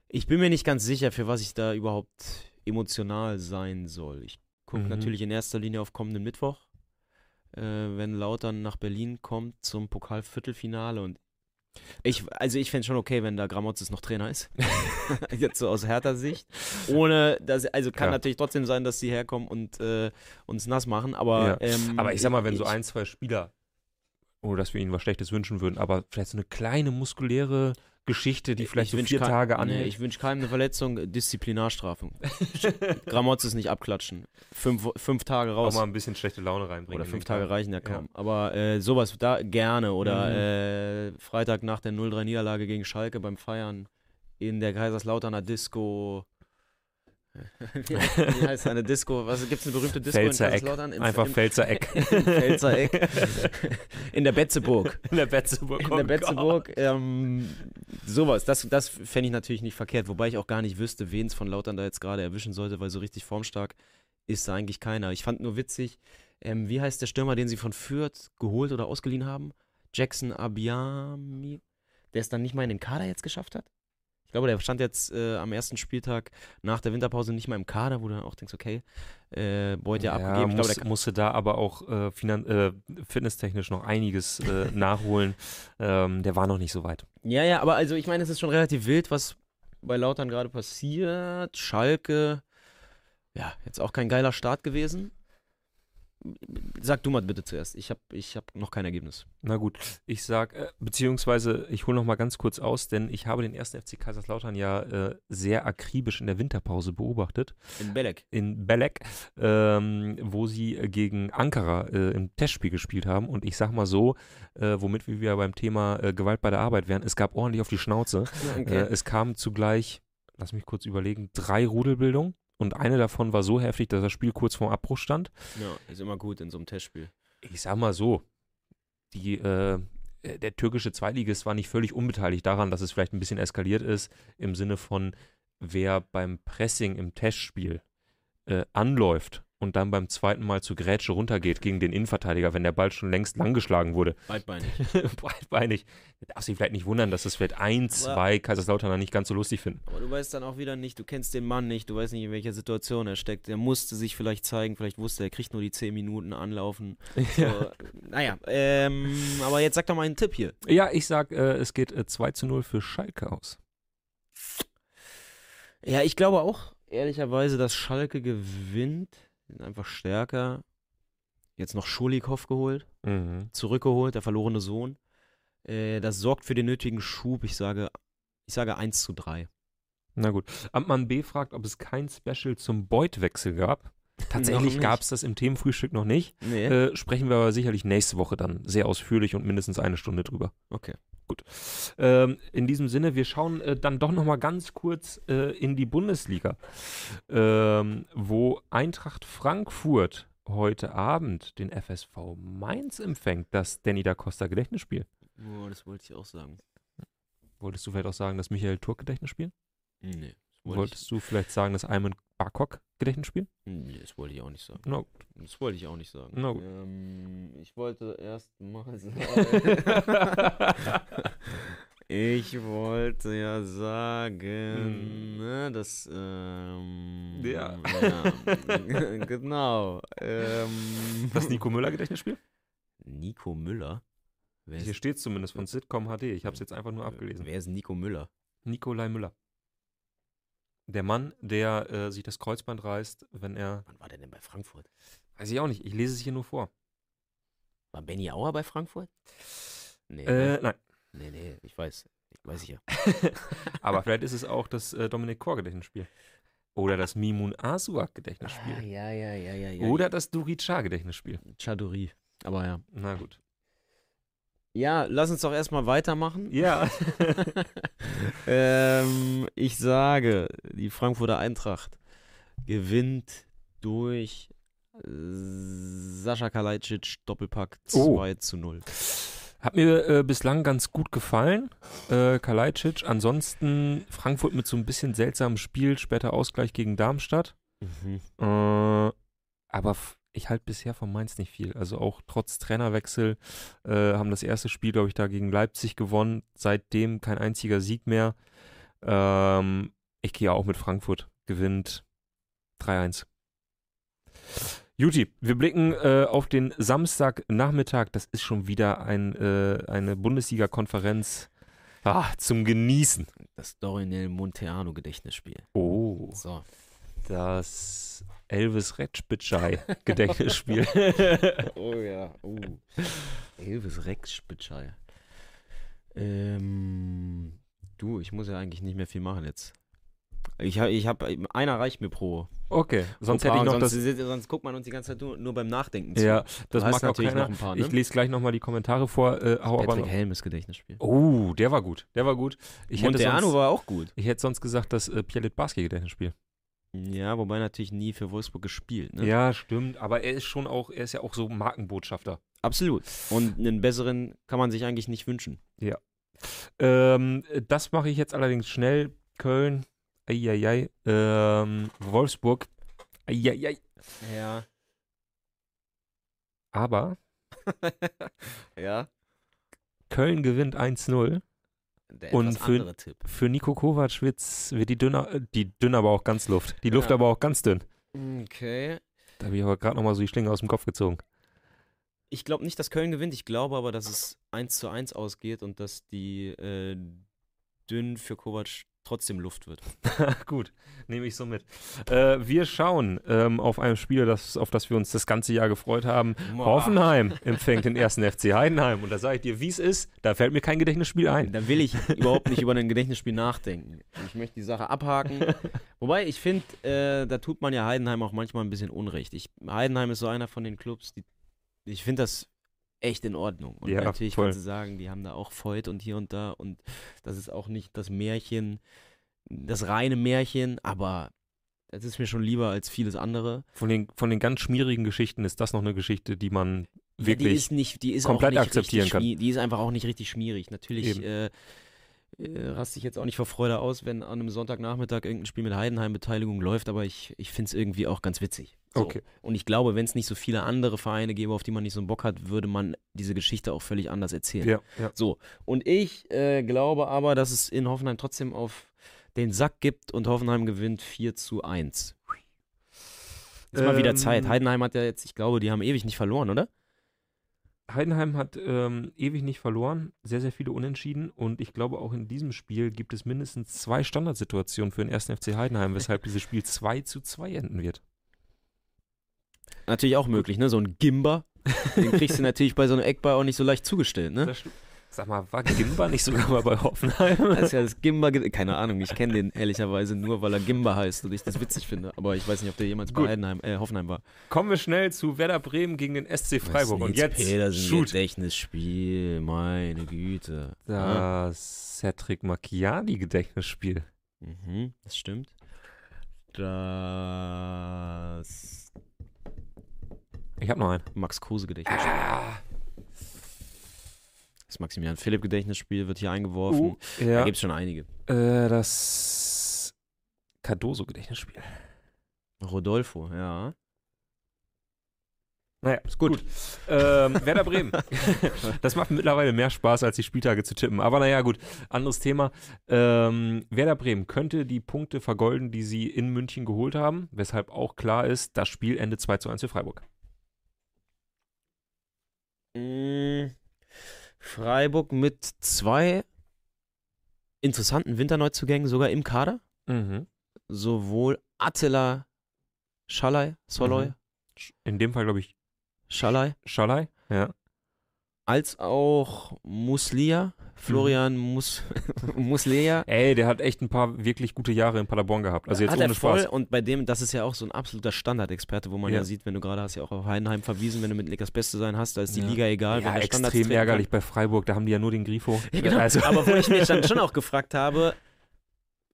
Speaker 2: ich bin mir nicht ganz sicher, für was ich da überhaupt emotional sein soll. Ich gucke
Speaker 1: Mhm.
Speaker 2: natürlich in erster Linie auf kommenden Mittwoch, äh, wenn Lautern nach Berlin kommt zum Pokalviertelfinale und ich, also ich fände schon okay, wenn da Gramotzes noch Trainer ist. Jetzt so aus härter Sicht. Ohne, dass, also kann
Speaker 1: Klar.
Speaker 2: natürlich trotzdem sein, dass sie herkommen und äh, uns nass machen, aber.
Speaker 1: Ja.
Speaker 2: Ähm,
Speaker 1: Aber ich sag mal, wenn so
Speaker 2: ich-
Speaker 1: ein, zwei Spieler, ohne dass wir ihnen was Schlechtes wünschen würden, aber vielleicht so eine kleine muskuläre Geschichte, die vielleicht
Speaker 2: ich
Speaker 1: so
Speaker 2: wünsch
Speaker 1: vier
Speaker 2: kein-
Speaker 1: Tage
Speaker 2: Nee,
Speaker 1: anhält.
Speaker 2: ich wünsche keinem eine Verletzung, äh, Disziplinarstrafung. Gramotzes nicht abklatschen. Fünf, fünf Tage
Speaker 1: auch
Speaker 2: raus.
Speaker 1: mal ein bisschen schlechte Laune reinbringen.
Speaker 2: Oder fünf
Speaker 1: in den
Speaker 2: Tage
Speaker 1: Tag.
Speaker 2: reichen ja kaum. Aber äh, sowas da gerne. Oder
Speaker 1: Mhm.
Speaker 2: äh, Freitag nach der 0-3-Niederlage gegen Schalke beim Feiern in der Kaiserslauterner Disco. Wie heißt eine Disco? Was gibt's eine berühmte Disco
Speaker 1: Pfälzer
Speaker 2: in
Speaker 1: Eck.
Speaker 2: Kaiserslautern? Im,
Speaker 1: Einfach
Speaker 2: im,
Speaker 1: Pfälzer Eck.
Speaker 2: Pfälzer Eck. in der Betzeburg.
Speaker 1: In der Betzeburg.
Speaker 2: In
Speaker 1: oh
Speaker 2: der
Speaker 1: Gott.
Speaker 2: Betzeburg. Ähm, sowas. Das, das fände ich natürlich nicht verkehrt, wobei ich auch gar nicht wüsste, wen es von Lautern da jetzt gerade erwischen sollte, weil so richtig formstark ist da eigentlich keiner. Ich fand nur witzig, ähm, wie heißt der Stürmer, den sie von Fürth geholt oder ausgeliehen haben? Jackson Abiami, der es dann nicht mal in den Kader jetzt geschafft hat? Ich glaube, der stand jetzt äh, am ersten Spieltag nach der Winterpause nicht mal im Kader, wo du dann auch denkst, okay, äh, Beuth ja,
Speaker 1: Ja,
Speaker 2: abgegeben. Ich glaube,
Speaker 1: muss,
Speaker 2: der
Speaker 1: musste da aber auch äh, finan äh, fitnesstechnisch noch einiges äh, nachholen. Ähm, der war noch nicht so weit.
Speaker 2: Ja, ja, aber also ich meine, es ist schon relativ wild, was bei Lautern gerade passiert. Schalke, ja, jetzt auch kein geiler Start gewesen. Sag du mal bitte zuerst. Ich habe ich hab noch kein Ergebnis.
Speaker 1: Na gut, ich sag, äh, beziehungsweise ich hole noch mal ganz kurz aus, denn ich habe den ersten FC Kaiserslautern ja äh, sehr akribisch in der Winterpause beobachtet.
Speaker 2: In Belek.
Speaker 1: in Belek, ähm, wo sie äh, gegen Ankara äh, im Testspiel gespielt haben. Und ich sag mal so, äh, womit wir wieder beim Thema äh, Gewalt bei der Arbeit wären, es gab ordentlich auf die Schnauze. Äh, es kamen zugleich, lass mich kurz überlegen, drei Rudelbildungen. Und eine davon war so heftig, dass das Spiel kurz vorm Abbruch stand.
Speaker 2: Ja, ist immer gut in so einem Testspiel.
Speaker 1: Ich sag mal so, die, äh, äh, der türkische Zweitligist war nicht völlig unbeteiligt daran, dass es vielleicht ein bisschen eskaliert ist, im Sinne von, wer beim Pressing im Testspiel äh, anläuft und dann beim zweiten Mal zu Grätsche runtergeht gegen den Innenverteidiger, wenn der Ball schon längst langgeschlagen wurde.
Speaker 2: Beidbeinig.
Speaker 1: Breitbeinig. Da darf sich vielleicht nicht wundern, dass es vielleicht ein, zwei Kaiserslauterner nicht ganz so lustig finden.
Speaker 2: Aber du weißt dann auch wieder nicht, du kennst den Mann nicht, du weißt nicht, in welcher Situation er steckt. Er musste sich vielleicht zeigen, vielleicht wusste er, er kriegt nur die 10 Minuten anlaufen. So, naja, ähm, aber jetzt sag doch mal einen Tipp hier.
Speaker 1: Ja, ich sag, äh, es geht äh, 2 zu 0 für Schalke aus.
Speaker 2: Ja, ich glaube auch, ehrlicherweise, dass Schalke gewinnt. Die Sind einfach stärker. Jetzt noch Schulikow geholt,
Speaker 1: Mhm.
Speaker 2: zurückgeholt, der verlorene Sohn. Äh, das sorgt für den nötigen Schub. Ich sage, ich sage 1 zu 3.
Speaker 1: Na gut. Amtmann B fragt, ob es kein Special zum Beuth-Wechsel gab. Tatsächlich
Speaker 2: nicht.
Speaker 1: gab es das im Themenfrühstück noch nicht.
Speaker 2: Nee.
Speaker 1: Äh, sprechen wir aber sicherlich nächste Woche dann sehr ausführlich und mindestens eine Stunde drüber.
Speaker 2: Okay.
Speaker 1: Gut. Ähm, in diesem Sinne, wir schauen äh, dann doch nochmal ganz kurz äh, in die Bundesliga, ähm, wo Eintracht Frankfurt heute Abend den FSV Mainz empfängt, das Danny da Costa Gedächtnisspiel.
Speaker 2: Boah, das wollte ich auch sagen.
Speaker 1: Wolltest du vielleicht auch sagen, das Michael Turk Gedächtnisspiel?
Speaker 2: Nee. Das wollte, ich,
Speaker 1: Wolltest du vielleicht sagen, das Ayman Barkok Gedächtnisspiel?
Speaker 2: nee, das wollte ich auch nicht sagen.
Speaker 1: Na gut.
Speaker 2: Das wollte ich auch nicht sagen.
Speaker 1: Na gut.
Speaker 2: Ähm, ich wollte erst mal sagen.
Speaker 1: ja,
Speaker 2: ich wollte ja sagen,
Speaker 1: Hm.
Speaker 2: ne, dass. Ähm,
Speaker 1: Ja.
Speaker 2: ja, genau. Ähm,
Speaker 1: Das Nico Müller Gedächtnisspiel?
Speaker 2: Nico Müller? Wer
Speaker 1: Hier
Speaker 2: ist,
Speaker 1: steht es zumindest von Sitcom HD. Ich habe es jetzt einfach nur abgelesen.
Speaker 2: wer ist Nico Müller?
Speaker 1: Nikolai Müller. Der Mann, der äh, sich das Kreuzband reißt, wenn er.
Speaker 2: Wann war der denn bei Frankfurt?
Speaker 1: Weiß ich auch nicht, ich lese es hier nur vor.
Speaker 2: War Benny Auer bei Frankfurt? Nee,
Speaker 1: Äh,
Speaker 2: ne?
Speaker 1: nein.
Speaker 2: nee, nee, ich weiß. Ich weiß ich ja.
Speaker 1: Aber vielleicht ist es auch das äh, Dominik Kor Gedächtnisspiel. Oder das Mimun Asuak Gedächtnisspiel.
Speaker 2: Ah, ja, ja, ja, ja,
Speaker 1: Oder das Duricha Gedächtnisspiel.
Speaker 2: Chaduri. Aber ja.
Speaker 1: Na gut.
Speaker 2: Ja, lass uns doch erstmal weitermachen.
Speaker 1: Ja.
Speaker 2: ähm, ich sage, die Frankfurter Eintracht gewinnt durch äh, Sascha Kalajdzic Doppelpack
Speaker 1: Oh.
Speaker 2: 2 zu 0.
Speaker 1: Hat mir äh, bislang ganz gut gefallen, äh, Kalajdzic. Ansonsten Frankfurt mit so ein bisschen seltsamem Spiel, später Ausgleich gegen Darmstadt.
Speaker 2: Mhm.
Speaker 1: Äh, aber f- ich halte bisher von Mainz nicht viel. Also auch trotz Trainerwechsel äh, haben das erste Spiel, glaube ich, da gegen Leipzig gewonnen. Seitdem kein einziger Sieg mehr. Ähm, ich gehe auch mit Frankfurt. Gewinnt 3-1. Juti, wir blicken äh, auf den Samstagnachmittag. Das ist schon wieder ein, äh, eine Bundesliga-Konferenz ah, zum Genießen.
Speaker 2: Das Dorinel Monteano Gedächtnisspiel.
Speaker 1: Oh.
Speaker 2: So.
Speaker 1: Das Elvis Retschbitschei Gedächtnisspiel.
Speaker 2: Oh ja. Oh. Elvis Rex Spitschei. Ähm, du, ich muss ja eigentlich nicht mehr viel machen jetzt. Ich habe, ich hab, einer reicht mir pro.
Speaker 1: Okay, sonst
Speaker 2: pro
Speaker 1: hätte ich
Speaker 2: Paar,
Speaker 1: noch das.
Speaker 2: sonst, sonst guckt man uns die ganze Zeit nur, nur beim Nachdenken zu.
Speaker 1: Ja,
Speaker 2: Du
Speaker 1: das
Speaker 2: hast
Speaker 1: mag auch
Speaker 2: natürlich
Speaker 1: keiner.
Speaker 2: noch ein paar,
Speaker 1: Ich
Speaker 2: ne?
Speaker 1: lese gleich nochmal die Kommentare vor. Äh, hau aber
Speaker 2: Patrick
Speaker 1: noch.
Speaker 2: Helmes Gedächtnisspiel.
Speaker 1: Oh, der war gut. Der war gut. Ich hätte,
Speaker 2: Monteano
Speaker 1: sonst,
Speaker 2: war auch gut.
Speaker 1: ich hätte sonst gesagt, das äh, Pierre Litbarski Gedächtnisspiel.
Speaker 2: Ja, wobei natürlich nie für Wolfsburg gespielt. Ne?
Speaker 1: Ja, stimmt. Aber er ist schon auch, er ist ja auch so Markenbotschafter.
Speaker 2: Absolut. Und einen besseren kann man sich eigentlich nicht wünschen.
Speaker 1: Ähm, das mache ich jetzt allerdings schnell. Köln, eieiei. Ähm, Wolfsburg, eieiei.
Speaker 2: Ja.
Speaker 1: Aber
Speaker 2: ja.
Speaker 1: Köln gewinnt 1-0.
Speaker 2: Der
Speaker 1: Und
Speaker 2: etwas
Speaker 1: für-
Speaker 2: andere Tipp.
Speaker 1: Für Nico Kovac wird's, wird die dünner, äh, die dünn aber auch ganz Luft. Die Luft
Speaker 2: Ja.
Speaker 1: aber auch ganz dünn.
Speaker 2: Okay.
Speaker 1: Da habe ich aber gerade nochmal so die Schlinge aus dem Kopf gezogen.
Speaker 2: Ich glaube nicht, dass Köln gewinnt. Ich glaube aber, dass es 1 zu 1 ausgeht und dass die äh, dünn für Kovac trotzdem Luft wird.
Speaker 1: Gut, nehme ich so mit. Äh, wir schauen ähm, auf ein Spiel, das, auf das wir uns das ganze Jahr gefreut haben. Hoffenheim empfängt den ersten FC Heidenheim. Und da sage ich dir, wie es ist, da fällt mir kein Gedächtnisspiel ein.
Speaker 2: Da will ich überhaupt nicht über ein Gedächtnisspiel nachdenken. Ich möchte die Sache abhaken. Wobei, ich finde, äh, da tut man ja Heidenheim auch manchmal ein bisschen Unrecht. Ich, Heidenheim ist so einer von den Clubs, die, ich finde das echt in Ordnung. Und
Speaker 1: Ja,
Speaker 2: natürlich
Speaker 1: voll.
Speaker 2: kannst du sagen, die haben da auch Void und hier und da und das ist auch nicht das Märchen, das reine Märchen, aber das ist mir schon lieber als vieles andere.
Speaker 1: Von den, von den ganz schmierigen Geschichten ist das noch eine Geschichte, die man
Speaker 2: Die
Speaker 1: wirklich.
Speaker 2: ist nicht, die ist
Speaker 1: komplett
Speaker 2: auch nicht
Speaker 1: akzeptieren
Speaker 2: richtig
Speaker 1: kann.
Speaker 2: schmi- Die ist einfach auch nicht richtig schmierig. Natürlich
Speaker 1: Eben.
Speaker 2: äh, äh, raste ich jetzt auch nicht vor Freude aus, wenn an einem Sonntagnachmittag irgendein Spiel mit Heidenheim-Beteiligung läuft, aber ich, ich finde es irgendwie auch ganz witzig. So.
Speaker 1: Okay.
Speaker 2: Und ich glaube, wenn es nicht so viele andere Vereine gäbe, auf die man nicht so einen Bock hat, würde man diese Geschichte auch völlig anders erzählen.
Speaker 1: Ja, ja.
Speaker 2: So, und ich äh, glaube aber, dass es in Hoffenheim trotzdem auf den Sack gibt und Hoffenheim gewinnt 4 zu 1. Ist mal wieder
Speaker 1: Ähm,
Speaker 2: Zeit. Heidenheim hat ja jetzt, ich glaube, die haben ewig nicht verloren, oder?
Speaker 1: Heidenheim hat ähm, ewig nicht verloren, sehr, sehr viele Unentschieden und ich glaube auch in diesem Spiel gibt es mindestens zwei Standardsituationen für den ersten FC Heidenheim, weshalb dieses Spiel 2 zu 2 enden wird.
Speaker 2: Natürlich auch möglich, ne? So ein Gimba. Den kriegst du natürlich bei so einem Eckball auch nicht so leicht zugestellt, ne?
Speaker 1: Das stimmt. Sag mal, war Gimba nicht sogar mal bei Hoffenheim?
Speaker 2: Das ist ja das Gimba. ge- Keine Ahnung, ich kenne den ehrlicherweise nur, weil er Gimba heißt und ich das witzig finde. Aber ich weiß nicht, ob der jemals
Speaker 1: Gut.
Speaker 2: bei Heidenheim, äh, Hoffenheim war.
Speaker 1: Kommen wir schnell zu Werder Bremen gegen den SC Freiburg und jetzt shoot.
Speaker 2: Gedächtnisspiel, meine Güte. Ah,
Speaker 1: Das Cedric Macchiani Gedächtnisspiel.
Speaker 2: Mhm, das stimmt. Das
Speaker 1: Ich habe noch einen.
Speaker 2: Max Kruse Gedächtnisspiel. Das Maximilian Philipp Gedächtnisspiel wird hier eingeworfen. Da
Speaker 1: Uh, Oh, ja.
Speaker 2: gibt es schon einige.
Speaker 1: äh, das Cardoso Gedächtnisspiel.
Speaker 2: Rodolfo, ja.
Speaker 1: Naja, ist gut. Ähm, Werder Bremen. das macht mittlerweile mehr Spaß, als die Spieltage zu tippen. Aber naja, gut, anderes Thema. Ähm, Werder Bremen könnte die Punkte vergolden, die sie in München geholt haben, weshalb auch klar ist, das Spiel endet 2 zu 1 für Freiburg.
Speaker 2: Mm, Freiburg mit zwei interessanten Winterneuzugängen sogar im Kader.
Speaker 1: Mhm.
Speaker 2: Sowohl Attila Schalay, Soloy,
Speaker 1: Mhm. In dem Fall, glaube ich,
Speaker 2: Schalay,
Speaker 1: Schalai. Ja.
Speaker 2: als auch Muslia, Florian
Speaker 1: Mhm.
Speaker 2: Mus Muslea.
Speaker 1: Ey, der hat echt ein paar wirklich gute Jahre in Paderborn gehabt. Also jetzt
Speaker 2: hat
Speaker 1: ohne
Speaker 2: er voll
Speaker 1: Spaß.
Speaker 2: und bei dem, das ist ja auch so ein absoluter Standardexperte, wo man ja.
Speaker 1: Ja.
Speaker 2: sieht, wenn du gerade hast ja auch auf Heidenheim verwiesen, wenn du mit Lickers Beste sein hast, da ist die
Speaker 1: Ja.
Speaker 2: Liga egal. wenn
Speaker 1: ja,
Speaker 2: der Standards
Speaker 1: extrem
Speaker 2: treten kann.
Speaker 1: ärgerlich bei Freiburg. Da haben die ja nur den Grifo.
Speaker 2: Ja, genau.
Speaker 1: Also,
Speaker 2: Aber wo ich mich dann schon auch gefragt habe,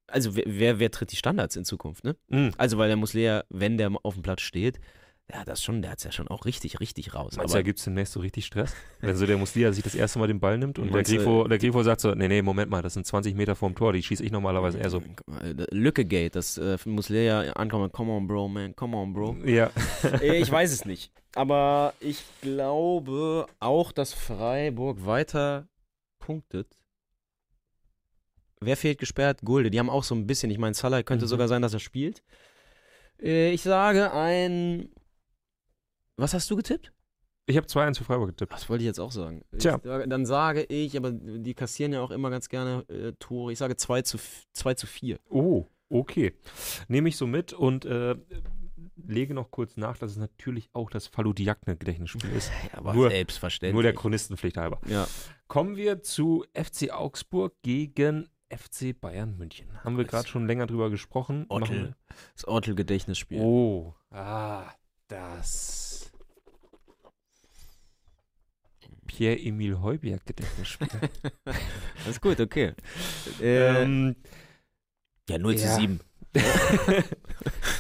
Speaker 2: also wer, wer, wer tritt die Standards in Zukunft, ne?
Speaker 1: Mm.
Speaker 2: Also weil der Muslea, wenn der auf dem Platz steht, ja, das schon, der hat es ja schon auch richtig, richtig raus.
Speaker 1: Meinst du, da
Speaker 2: Aber
Speaker 1: gibt es demnächst so richtig Stress? Also der Muslia sich das erste Mal den Ball nimmt und der
Speaker 2: Meinst du-
Speaker 1: Grifo, der Grifo sagt so, nee, nee, Moment mal, das sind 20 Meter vorm Tor, die schieße ich normalerweise eher so.
Speaker 2: Lücke Gate, das äh, Muslea ankommen, come on, Bro, man, come on, Bro.
Speaker 1: Ja.
Speaker 2: Äh, ich weiß es nicht. Aber ich glaube auch, dass Freiburg weiter punktet. Wer fehlt gesperrt? Gulde. Die haben auch so ein bisschen. Ich meine, Salah könnte
Speaker 1: Mhm.
Speaker 2: sogar sein, dass er spielt. Äh, Ich sage ein. Was hast du getippt?
Speaker 1: Ich habe 2-1 für Freiburg getippt.
Speaker 2: Das wollte ich jetzt auch sagen. Ich
Speaker 1: Tja.
Speaker 2: sage, dann sage ich, aber die kassieren ja auch immer ganz gerne äh, Tore. Ich sage 2 zu, 2 zu 4.
Speaker 1: Oh, okay. Nehme ich so mit und äh, lege noch kurz nach, dass es natürlich auch das Faludiakne-Gedächtnisspiel ist.
Speaker 2: Aber
Speaker 1: Nur-
Speaker 2: selbstverständlich.
Speaker 1: Nur der Chronistenpflicht halber.
Speaker 2: ja.
Speaker 1: Kommen wir zu FC Augsburg gegen FC Bayern München. Haben wir gerade schon länger drüber gesprochen. Machen wir-
Speaker 2: Ottel. Das Ottel-Gedächtnisspiel.
Speaker 1: Oh, ah, das. Pierre-Emil Heuberg Gedächtnisspiel.
Speaker 2: Alles gut, okay.
Speaker 1: ähm,
Speaker 2: ja, 0
Speaker 1: ja.
Speaker 2: 7.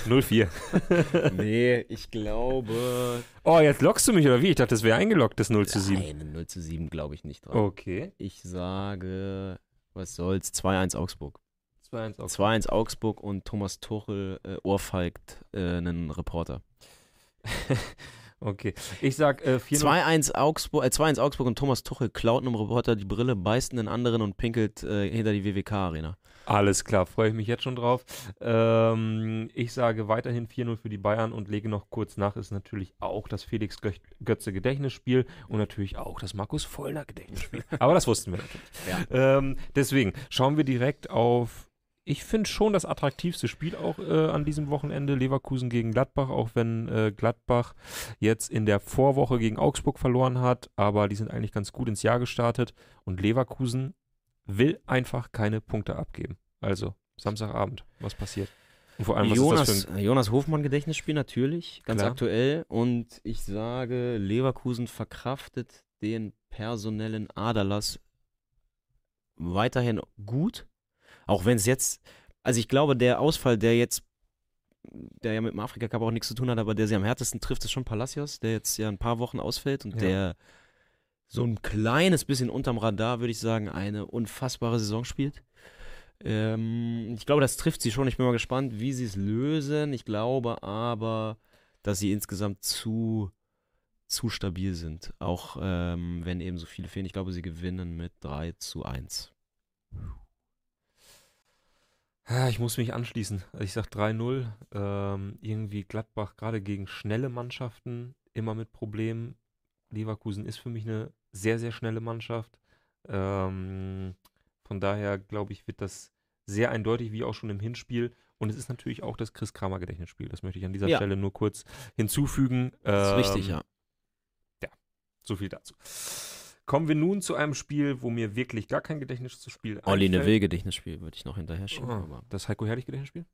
Speaker 1: 04.
Speaker 2: Nee, ich glaube.
Speaker 1: Oh, jetzt lockst du mich, oder wie? Ich dachte, das wäre eingeloggt, das 0 zu 7.
Speaker 2: Nein, 0 zu 7 glaube ich nicht dran.
Speaker 1: Oh. Okay.
Speaker 2: Ich sage, was soll's, 2-1 Augsburg.
Speaker 1: 2-1 Augsburg.
Speaker 2: 2-1 Augsburg und Thomas Tuchel äh, ohrfeigt äh, einen Reporter.
Speaker 1: Okay. Ich sag äh, 4
Speaker 2: 2-1 Augsburg, äh, 2-1 Augsburg und Thomas Tuchel klaut einem Reporter die Brille, beißt einen anderen und pinkelt äh, hinter die WWK-Arena.
Speaker 1: Alles klar, freue ich mich jetzt schon drauf. Ähm, ich sage weiterhin 4-0 für die Bayern und lege noch kurz nach, ist natürlich auch das Felix Göch- Götze Gedächtnisspiel und natürlich auch das Markus Vollner Gedächtnisspiel. Aber das wussten wir natürlich. Ähm, deswegen schauen wir direkt auf, ich finde schon das attraktivste Spiel auch äh, an diesem Wochenende, Leverkusen gegen Gladbach, auch wenn äh, Gladbach jetzt in der Vorwoche gegen Augsburg verloren hat, aber die sind eigentlich ganz gut ins Jahr gestartet und Leverkusen will einfach keine Punkte abgeben. Also, Samstagabend, was passiert? Und vor allem, was
Speaker 2: Jonas,
Speaker 1: ist das für
Speaker 2: Jonas Hofmann Gedächtnisspiel natürlich, ganz
Speaker 1: Klar.
Speaker 2: aktuell. Und ich sage, Leverkusen verkraftet den personellen Aderlass weiterhin gut. Auch wenn es jetzt, also ich glaube, der Ausfall, der jetzt, der ja mit dem Afrika Cup auch nichts zu tun hat, aber der sie am härtesten trifft, ist schon Palacios, der jetzt ja ein paar Wochen ausfällt und
Speaker 1: Ja.
Speaker 2: der so ein kleines bisschen unterm Radar, würde ich sagen, eine unfassbare Saison spielt. Ähm, ich glaube, das trifft sie schon. Ich bin mal gespannt, wie sie es lösen. Ich glaube aber, dass sie insgesamt zu, zu stabil sind. Auch ähm, wenn eben so viele fehlen. Ich glaube, sie gewinnen mit 3 zu 1.
Speaker 1: ein... Ah, Ich muss mich anschließen. Also Ich sage 3-0. Ähm, irgendwie Gladbach, gerade gegen schnelle Mannschaften, immer mit Problemen. Leverkusen ist für mich eine sehr, sehr schnelle Mannschaft. Ähm, von daher, glaube ich, wird das sehr eindeutig, wie auch schon im Hinspiel. Und es ist natürlich auch das Chris Kramer Gedächtnisspiel. Das möchte ich an dieser
Speaker 2: Ja.
Speaker 1: Stelle nur kurz hinzufügen.
Speaker 2: Das ist richtig,
Speaker 1: Ähm,
Speaker 2: ja.
Speaker 1: So viel dazu. Kommen wir nun zu einem Spiel, wo mir wirklich gar kein Gedächtnis zu Spiel
Speaker 2: Olli
Speaker 1: einfällt.
Speaker 2: Neville-Gedächtnisspiel würde ich noch hinterher schieben.
Speaker 1: Ah,
Speaker 2: aber-
Speaker 1: das Heiko Herrlich Gedächtnisspiel?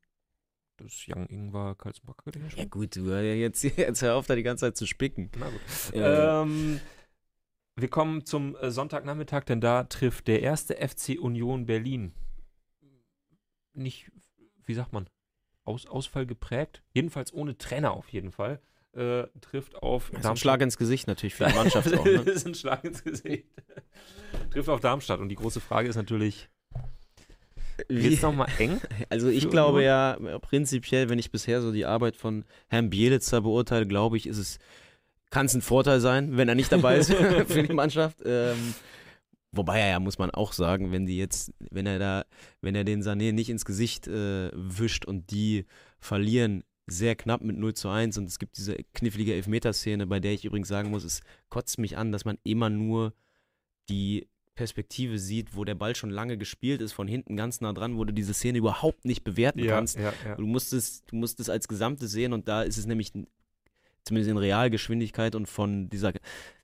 Speaker 1: Das Young Ingwer Kalzenbach
Speaker 2: Ja,
Speaker 1: Gedächtnisspiel?
Speaker 2: gut, du, äh, jetzt, jetzt hör auf, da die ganze Zeit zu spicken.
Speaker 1: Na gut.
Speaker 2: Äh,
Speaker 1: Ähm, wir kommen zum äh, Sonntagnachmittag, denn da trifft der erste FC Union Berlin. Nicht, wie sagt man, aus, Ausfall geprägt, jedenfalls ohne Trainer auf jeden Fall, äh, trifft auf
Speaker 2: das ist ein
Speaker 1: Darmstadt.
Speaker 2: Schlag ins Gesicht natürlich für die Mannschaft auch. Ne?
Speaker 1: Das ist ein Schlag ins Gesicht. Trifft auf Darmstadt. Und die große Frage ist natürlich, wird
Speaker 2: Wie-
Speaker 1: es nochmal eng?
Speaker 2: Also ich
Speaker 1: Für
Speaker 2: glaube
Speaker 1: Union?
Speaker 2: ja prinzipiell, wenn ich bisher so die Arbeit von Herrn Bielitzer beurteile, glaube ich, ist es kann es ein Vorteil sein, wenn er nicht dabei ist für die Mannschaft. Ähm, wobei er ja muss man auch sagen, wenn die jetzt, wenn er da, wenn er den Sané nicht ins Gesicht äh, wischt und die verlieren sehr knapp mit 0 zu 1 und es gibt diese knifflige Elfmeterszene, bei der ich übrigens sagen muss, es kotzt mich an, dass man immer nur die Perspektive sieht, wo der Ball schon lange gespielt ist, von hinten ganz nah dran, wo du diese Szene überhaupt nicht bewerten
Speaker 1: ja,
Speaker 2: kannst.
Speaker 1: ja, ja.
Speaker 2: Du musst, es, du musst es als Gesamtes sehen und da ist es nämlich n- zumindest in Realgeschwindigkeit und von dieser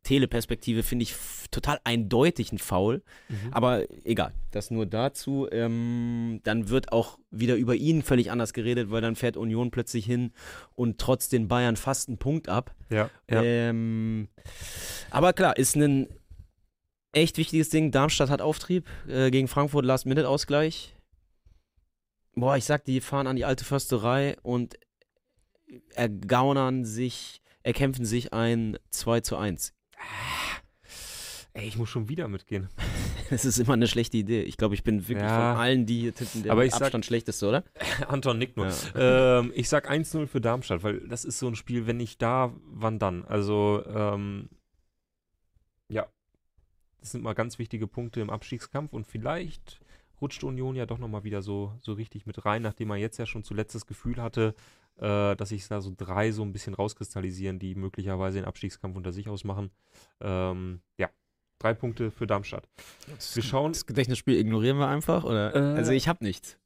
Speaker 2: Teleperspektive finde ich f- total eindeutig ein Foul.
Speaker 1: Mhm.
Speaker 2: Aber egal, das nur dazu. Ähm, dann wird auch wieder über ihn völlig anders geredet, weil dann fährt Union plötzlich hin und trotz den Bayern fast einen Punkt ab.
Speaker 1: ja, ja.
Speaker 2: Ähm, aber klar, ist ein echt wichtiges Ding. Darmstadt hat Auftrieb äh, gegen Frankfurt, Last-Minute-Ausgleich. Boah, ich sag, die fahren an die alte Försterei und ergaunern sich, erkämpfen sich ein 2 zu 1.
Speaker 1: Ey, ich muss schon wieder mitgehen.
Speaker 2: Das ist immer eine schlechte Idee. Ich glaube, ich bin wirklich
Speaker 1: Ja.
Speaker 2: von allen, die hier tippen, der
Speaker 1: Aber ich
Speaker 2: mit
Speaker 1: sag-
Speaker 2: Abstand schlechteste, oder?
Speaker 1: Anton nickt nur. Ähm, ich sag 1-0 für Darmstadt, weil das ist so ein Spiel, wenn nicht da, wann dann? Also, ähm, ja. Das sind mal ganz wichtige Punkte im Abstiegskampf und vielleicht rutscht Union ja doch nochmal wieder so, so richtig mit rein, nachdem man jetzt ja schon zuletzt das Gefühl hatte, äh, dass sich da so drei so ein bisschen rauskristallisieren, die möglicherweise den Abstiegskampf unter sich ausmachen. Ähm, ja, drei Punkte für Darmstadt. Wir schauen.
Speaker 2: Das Gedächtnisspiel ignorieren wir einfach, oder?
Speaker 1: Äh,
Speaker 2: also ich habe nichts.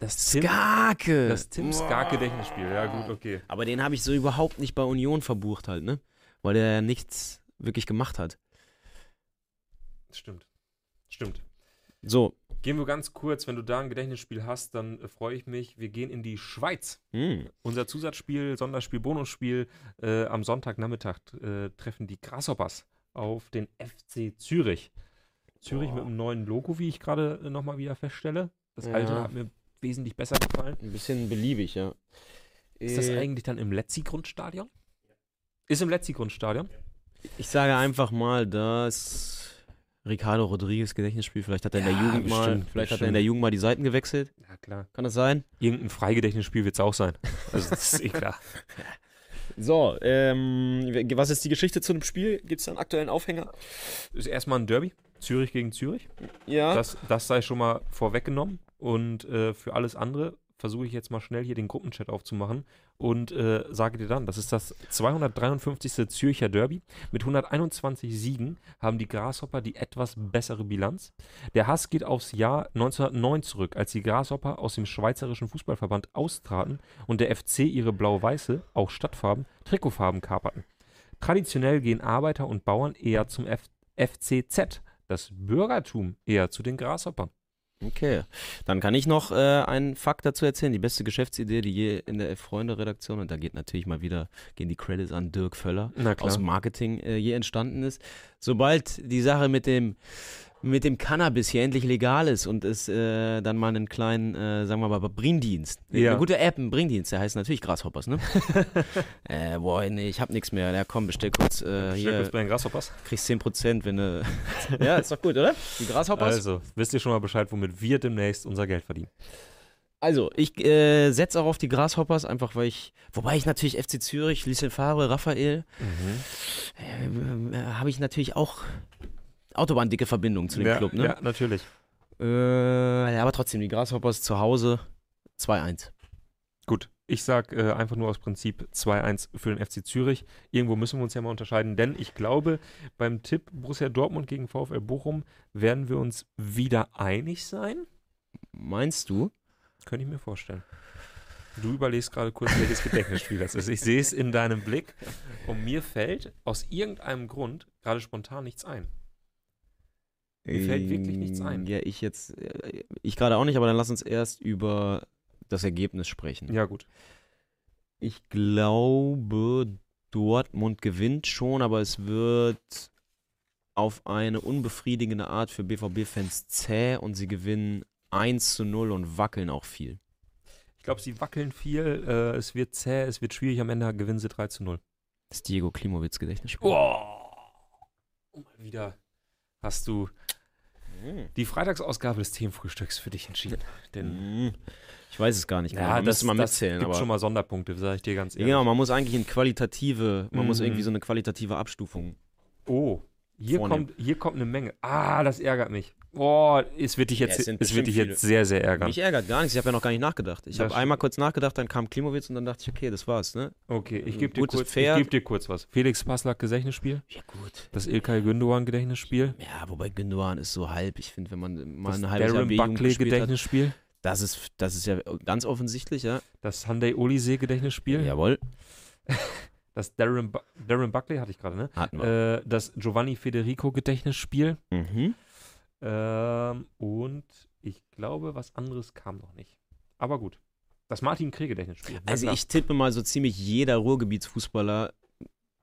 Speaker 1: Das Tim,
Speaker 2: Skake!
Speaker 1: das Tim Skark-Gedächtnisspiel. Äh, Ja, gut, okay.
Speaker 2: Aber den habe ich so überhaupt nicht bei Union verbucht halt, ne? Weil der ja nichts wirklich gemacht hat.
Speaker 1: Stimmt. Stimmt.
Speaker 2: So.
Speaker 1: Gehen wir ganz kurz, wenn du da ein Gedächtnisspiel hast, dann äh, freue ich mich. Wir gehen in die Schweiz.
Speaker 2: Hm.
Speaker 1: Unser Zusatzspiel, Sonderspiel, Bonusspiel. Äh, am Sonntagnachmittag äh, treffen die Grasshoppers auf den FC Zürich. Zürich mit einem neuen Logo, wie ich gerade äh, nochmal wieder feststelle. Das alte
Speaker 2: Ja.
Speaker 1: hat mir wesentlich besser gefallen.
Speaker 2: Ein bisschen beliebig, ja. Äh,
Speaker 1: Ist das eigentlich dann im Letzi-Grundstadion? Ist im Letzi-Grundstadion?
Speaker 2: ich sage einfach mal, dass Ricardo Rodriguez Gedächtnisspiel, vielleicht hat er in der
Speaker 1: Ja,
Speaker 2: Jugend mal,
Speaker 1: bestimmt,
Speaker 2: vielleicht hat er in der
Speaker 1: bestimmt.
Speaker 2: Jugend mal die Seiten gewechselt.
Speaker 1: Ja, klar.
Speaker 2: Kann das sein?
Speaker 1: Irgendein Freigedächtnisspiel wird es auch sein. Also, das ist eh klar.
Speaker 2: So, ähm, was ist die Geschichte zu dem Spiel? Gibt es da einen aktuellen Aufhänger?
Speaker 1: Ist erstmal ein Derby. Zürich gegen Zürich.
Speaker 2: Ja.
Speaker 1: Das, das sei schon mal vorweggenommen. Und äh, für alles andere versuche ich jetzt mal schnell hier den Gruppenchat aufzumachen und äh, sage dir dann, das ist das 253. Zürcher Derby. Mit 121 Siegen haben die Grashopper die etwas bessere Bilanz. Der Hass geht aufs Jahr 1909 zurück, als die Grashopper aus dem Schweizerischen Fußballverband austraten und der FC ihre blau-weiße, auch Stadtfarben, Trikotfarben kaperten. Traditionell gehen Arbeiter und Bauern eher zum F FCZ, das Bürgertum eher zu den Grashoppern.
Speaker 2: Okay, dann kann ich noch äh, einen Fakt dazu erzählen. Die beste Geschäftsidee, die je in der Freunde-Redaktion, und da geht natürlich mal wieder, gehen die Credits an Dirk Völler
Speaker 1: Na
Speaker 2: aus Marketing äh, je entstanden ist. Sobald die Sache mit dem, mit dem Cannabis hier endlich legal ist und es äh, dann mal einen kleinen, äh, sagen wir mal, Bringdienst,
Speaker 1: Ja.
Speaker 2: eine gute App, ein Bringdienst, der heißt natürlich Grasshoppers, ne? äh, boah, nee, ich hab nichts mehr. Ja, komm, bestell kurz, äh, hier,
Speaker 1: bei den Grasshoppers.
Speaker 2: kriegst 10% wenn du... ja, ist doch gut, oder? Die Grasshoppers?
Speaker 1: Also, wisst ihr schon mal Bescheid, womit wir demnächst unser Geld verdienen.
Speaker 2: Also, ich äh, setze auch auf die Grasshoppers, einfach weil ich. Wobei ich natürlich FC Zürich, Lucien Favre, Raphael,
Speaker 1: Mhm.
Speaker 2: ähm, äh, habe ich natürlich auch autobahndicke Verbindungen zu dem
Speaker 1: ja,
Speaker 2: Club, ne?
Speaker 1: ja, natürlich.
Speaker 2: Äh, ja, aber trotzdem, die Grasshoppers zu Hause 2-1.
Speaker 1: Gut, ich sag äh, einfach nur aus Prinzip 2-1 für den FC Zürich. Irgendwo müssen wir uns ja mal unterscheiden, denn ich glaube, beim Tipp Borussia Dortmund gegen VfL Bochum werden wir uns wieder einig sein.
Speaker 2: Meinst du?
Speaker 1: Könnte ich mir vorstellen. Du überlegst gerade kurz, welches Gedächtnisspiel das ist. Ich sehe es in deinem Blick und mir fällt aus irgendeinem Grund gerade spontan nichts ein. Mir fällt wirklich nichts ein.
Speaker 2: Ähm, Ja, ich jetzt. äh, Ich gerade auch nicht, aber dann lass uns erst über das Ergebnis sprechen.
Speaker 1: Ja, gut.
Speaker 2: Ich glaube, Dortmund gewinnt schon, aber es wird auf eine unbefriedigende Art für BVB-Fans zäh und sie gewinnen 1 zu 0 und wackeln auch viel.
Speaker 1: Ich glaube, sie wackeln viel, äh, es wird zäh, es wird schwierig, am Ende gewinnen sie 3 zu 0.
Speaker 2: Das ist Diego Klimowitz Gedächtnisspiel.
Speaker 1: Oh,
Speaker 2: Oh,
Speaker 1: mal wieder hast du die Freitagsausgabe des Themenfrühstücks für dich entschieden. Denn
Speaker 2: Mhm. Ich weiß es gar nicht. genau. Da müsste man mitzählen.
Speaker 1: das gibt
Speaker 2: aber
Speaker 1: schon mal Sonderpunkte, sage ich dir ganz
Speaker 2: ja,
Speaker 1: ehrlich.
Speaker 2: genau, man muss eigentlich in qualitative, man muss
Speaker 1: Mhm.
Speaker 2: irgendwie so eine qualitative Abstufung.
Speaker 1: Oh, Hier
Speaker 2: Vornehmen.
Speaker 1: kommt, hier kommt eine Menge. Ah, das ärgert mich. Boah, es wird dich
Speaker 2: Ja, es
Speaker 1: jetzt,
Speaker 2: sind
Speaker 1: es wird
Speaker 2: bestimmt
Speaker 1: dich
Speaker 2: viele.
Speaker 1: jetzt sehr, sehr ärgern.
Speaker 2: Mich ärgert gar nichts, ich habe ja noch gar nicht nachgedacht. Ich
Speaker 1: Das
Speaker 2: habe einmal kurz nachgedacht, dann kam Klimowitz und dann dachte ich, okay, das war's, ne?
Speaker 1: Okay, ich
Speaker 2: Ein
Speaker 1: gebe dir,
Speaker 2: gutes
Speaker 1: kurz- ich
Speaker 2: Pferd.
Speaker 1: geb dir kurz was. Felix Passlack Gedächtnisspiel,
Speaker 2: Ja, gut.
Speaker 1: das Ilkay Gündogan Gedächtnisspiel,
Speaker 2: Ja, wobei Gündogan ist so halb. Ich finde, wenn man mal
Speaker 1: das
Speaker 2: eine halbe
Speaker 1: Darren
Speaker 2: Jahre B-Jugend
Speaker 1: Buckley
Speaker 2: gespielt hat,
Speaker 1: Gedächtnisspiel,
Speaker 2: das ist, das ist ja ganz offensichtlich, ja.
Speaker 1: das Sunday Olisee Gedächtnisspiel,
Speaker 2: Jawohl,
Speaker 1: das Darren, Bu Darren Buckley hatte ich gerade, ne?
Speaker 2: hatten wir.
Speaker 1: Äh, das Giovanni Federico Gedächtnisspiel
Speaker 2: Mhm.
Speaker 1: ähm, und ich glaube, was anderes kam noch nicht. Aber gut. Das Martin Kreh Gedächtnisspiel. na
Speaker 2: Also
Speaker 1: klar.
Speaker 2: ich tippe mal so ziemlich jeder Ruhrgebietsfußballer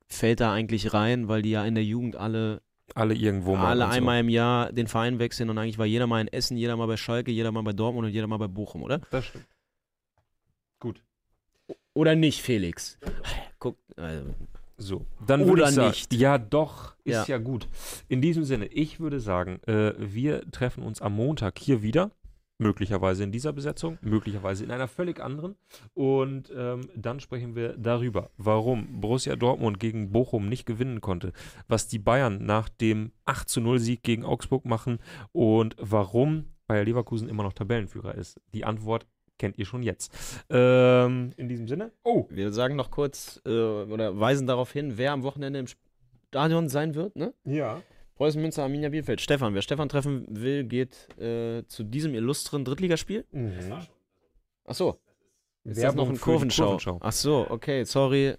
Speaker 2: fällt da eigentlich rein, weil die ja in der Jugend alle,
Speaker 1: alle irgendwo mal.
Speaker 2: alle
Speaker 1: und so.
Speaker 2: einmal im Jahr den Verein wechseln und eigentlich war jeder mal in Essen, jeder mal bei Schalke, jeder mal bei Dortmund und jeder mal bei Bochum, oder?
Speaker 1: Das stimmt.
Speaker 2: Oder nicht, Felix? Guck, also,
Speaker 1: So, dann würde
Speaker 2: Oder
Speaker 1: ich sagen,
Speaker 2: nicht.
Speaker 1: ja doch, ist ja.
Speaker 2: Ja.
Speaker 1: gut. In diesem Sinne, ich würde sagen, äh, wir treffen uns am Montag hier wieder, möglicherweise in dieser Besetzung, möglicherweise in einer völlig anderen und ähm, dann sprechen wir darüber, warum Borussia Dortmund gegen Bochum nicht gewinnen konnte, was die Bayern nach dem 8 zu 0 Sieg gegen Augsburg machen und warum Bayer Leverkusen immer noch Tabellenführer ist. Die Antwort kennt ihr schon jetzt. Ähm, in diesem Sinne, oh,
Speaker 2: wir sagen noch kurz äh, oder weisen darauf hin, wer am Wochenende im Stadion sein wird, ne?
Speaker 1: ja.
Speaker 2: Preußen Münster, Arminia Bielefeld. Stefan, wer Stefan treffen will, geht äh, zu diesem illustren Drittligaspiel.
Speaker 1: Mhm.
Speaker 2: Ach so, Ist das
Speaker 1: Werbung
Speaker 2: noch ein
Speaker 1: für die
Speaker 2: Kurvenschau?
Speaker 1: Kurvenschau.
Speaker 2: Ach so, okay, sorry.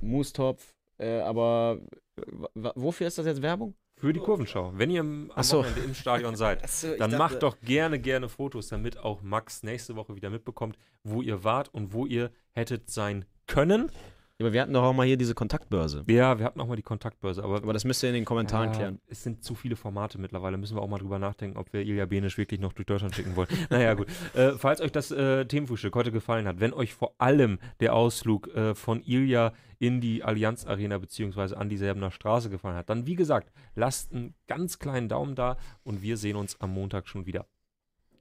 Speaker 2: Moostopf. Äh, aber w- w- wofür ist das jetzt Werbung?
Speaker 1: Für die Kurvenschau. Wenn ihr am am
Speaker 2: Ach so.
Speaker 1: Wochenende im Stadion seid, dann
Speaker 2: dachte-
Speaker 1: macht doch gerne, gerne Fotos, damit auch Max nächste Woche wieder mitbekommt, wo ihr wart und wo ihr hättet sein können.
Speaker 2: Aber wir hatten doch auch mal hier diese Kontaktbörse.
Speaker 1: Ja, wir hatten auch mal die Kontaktbörse, aber,
Speaker 2: Aber das müsst ihr in den Kommentaren
Speaker 1: Ja,
Speaker 2: klären.
Speaker 1: Äh, es sind zu viele Formate mittlerweile. Müssen wir auch mal drüber nachdenken, ob wir Ilja Benisch wirklich noch durch Deutschland schicken wollen. naja, gut. Äh, falls euch das äh, Themenfrühstück heute gefallen hat, wenn euch vor allem der Ausflug äh, von Ilja in die Allianz Arena beziehungsweise an die Serbener Straße gefallen hat, dann wie gesagt, lasst einen ganz kleinen Daumen da und wir sehen uns am Montag schon wieder.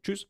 Speaker 1: Tschüss.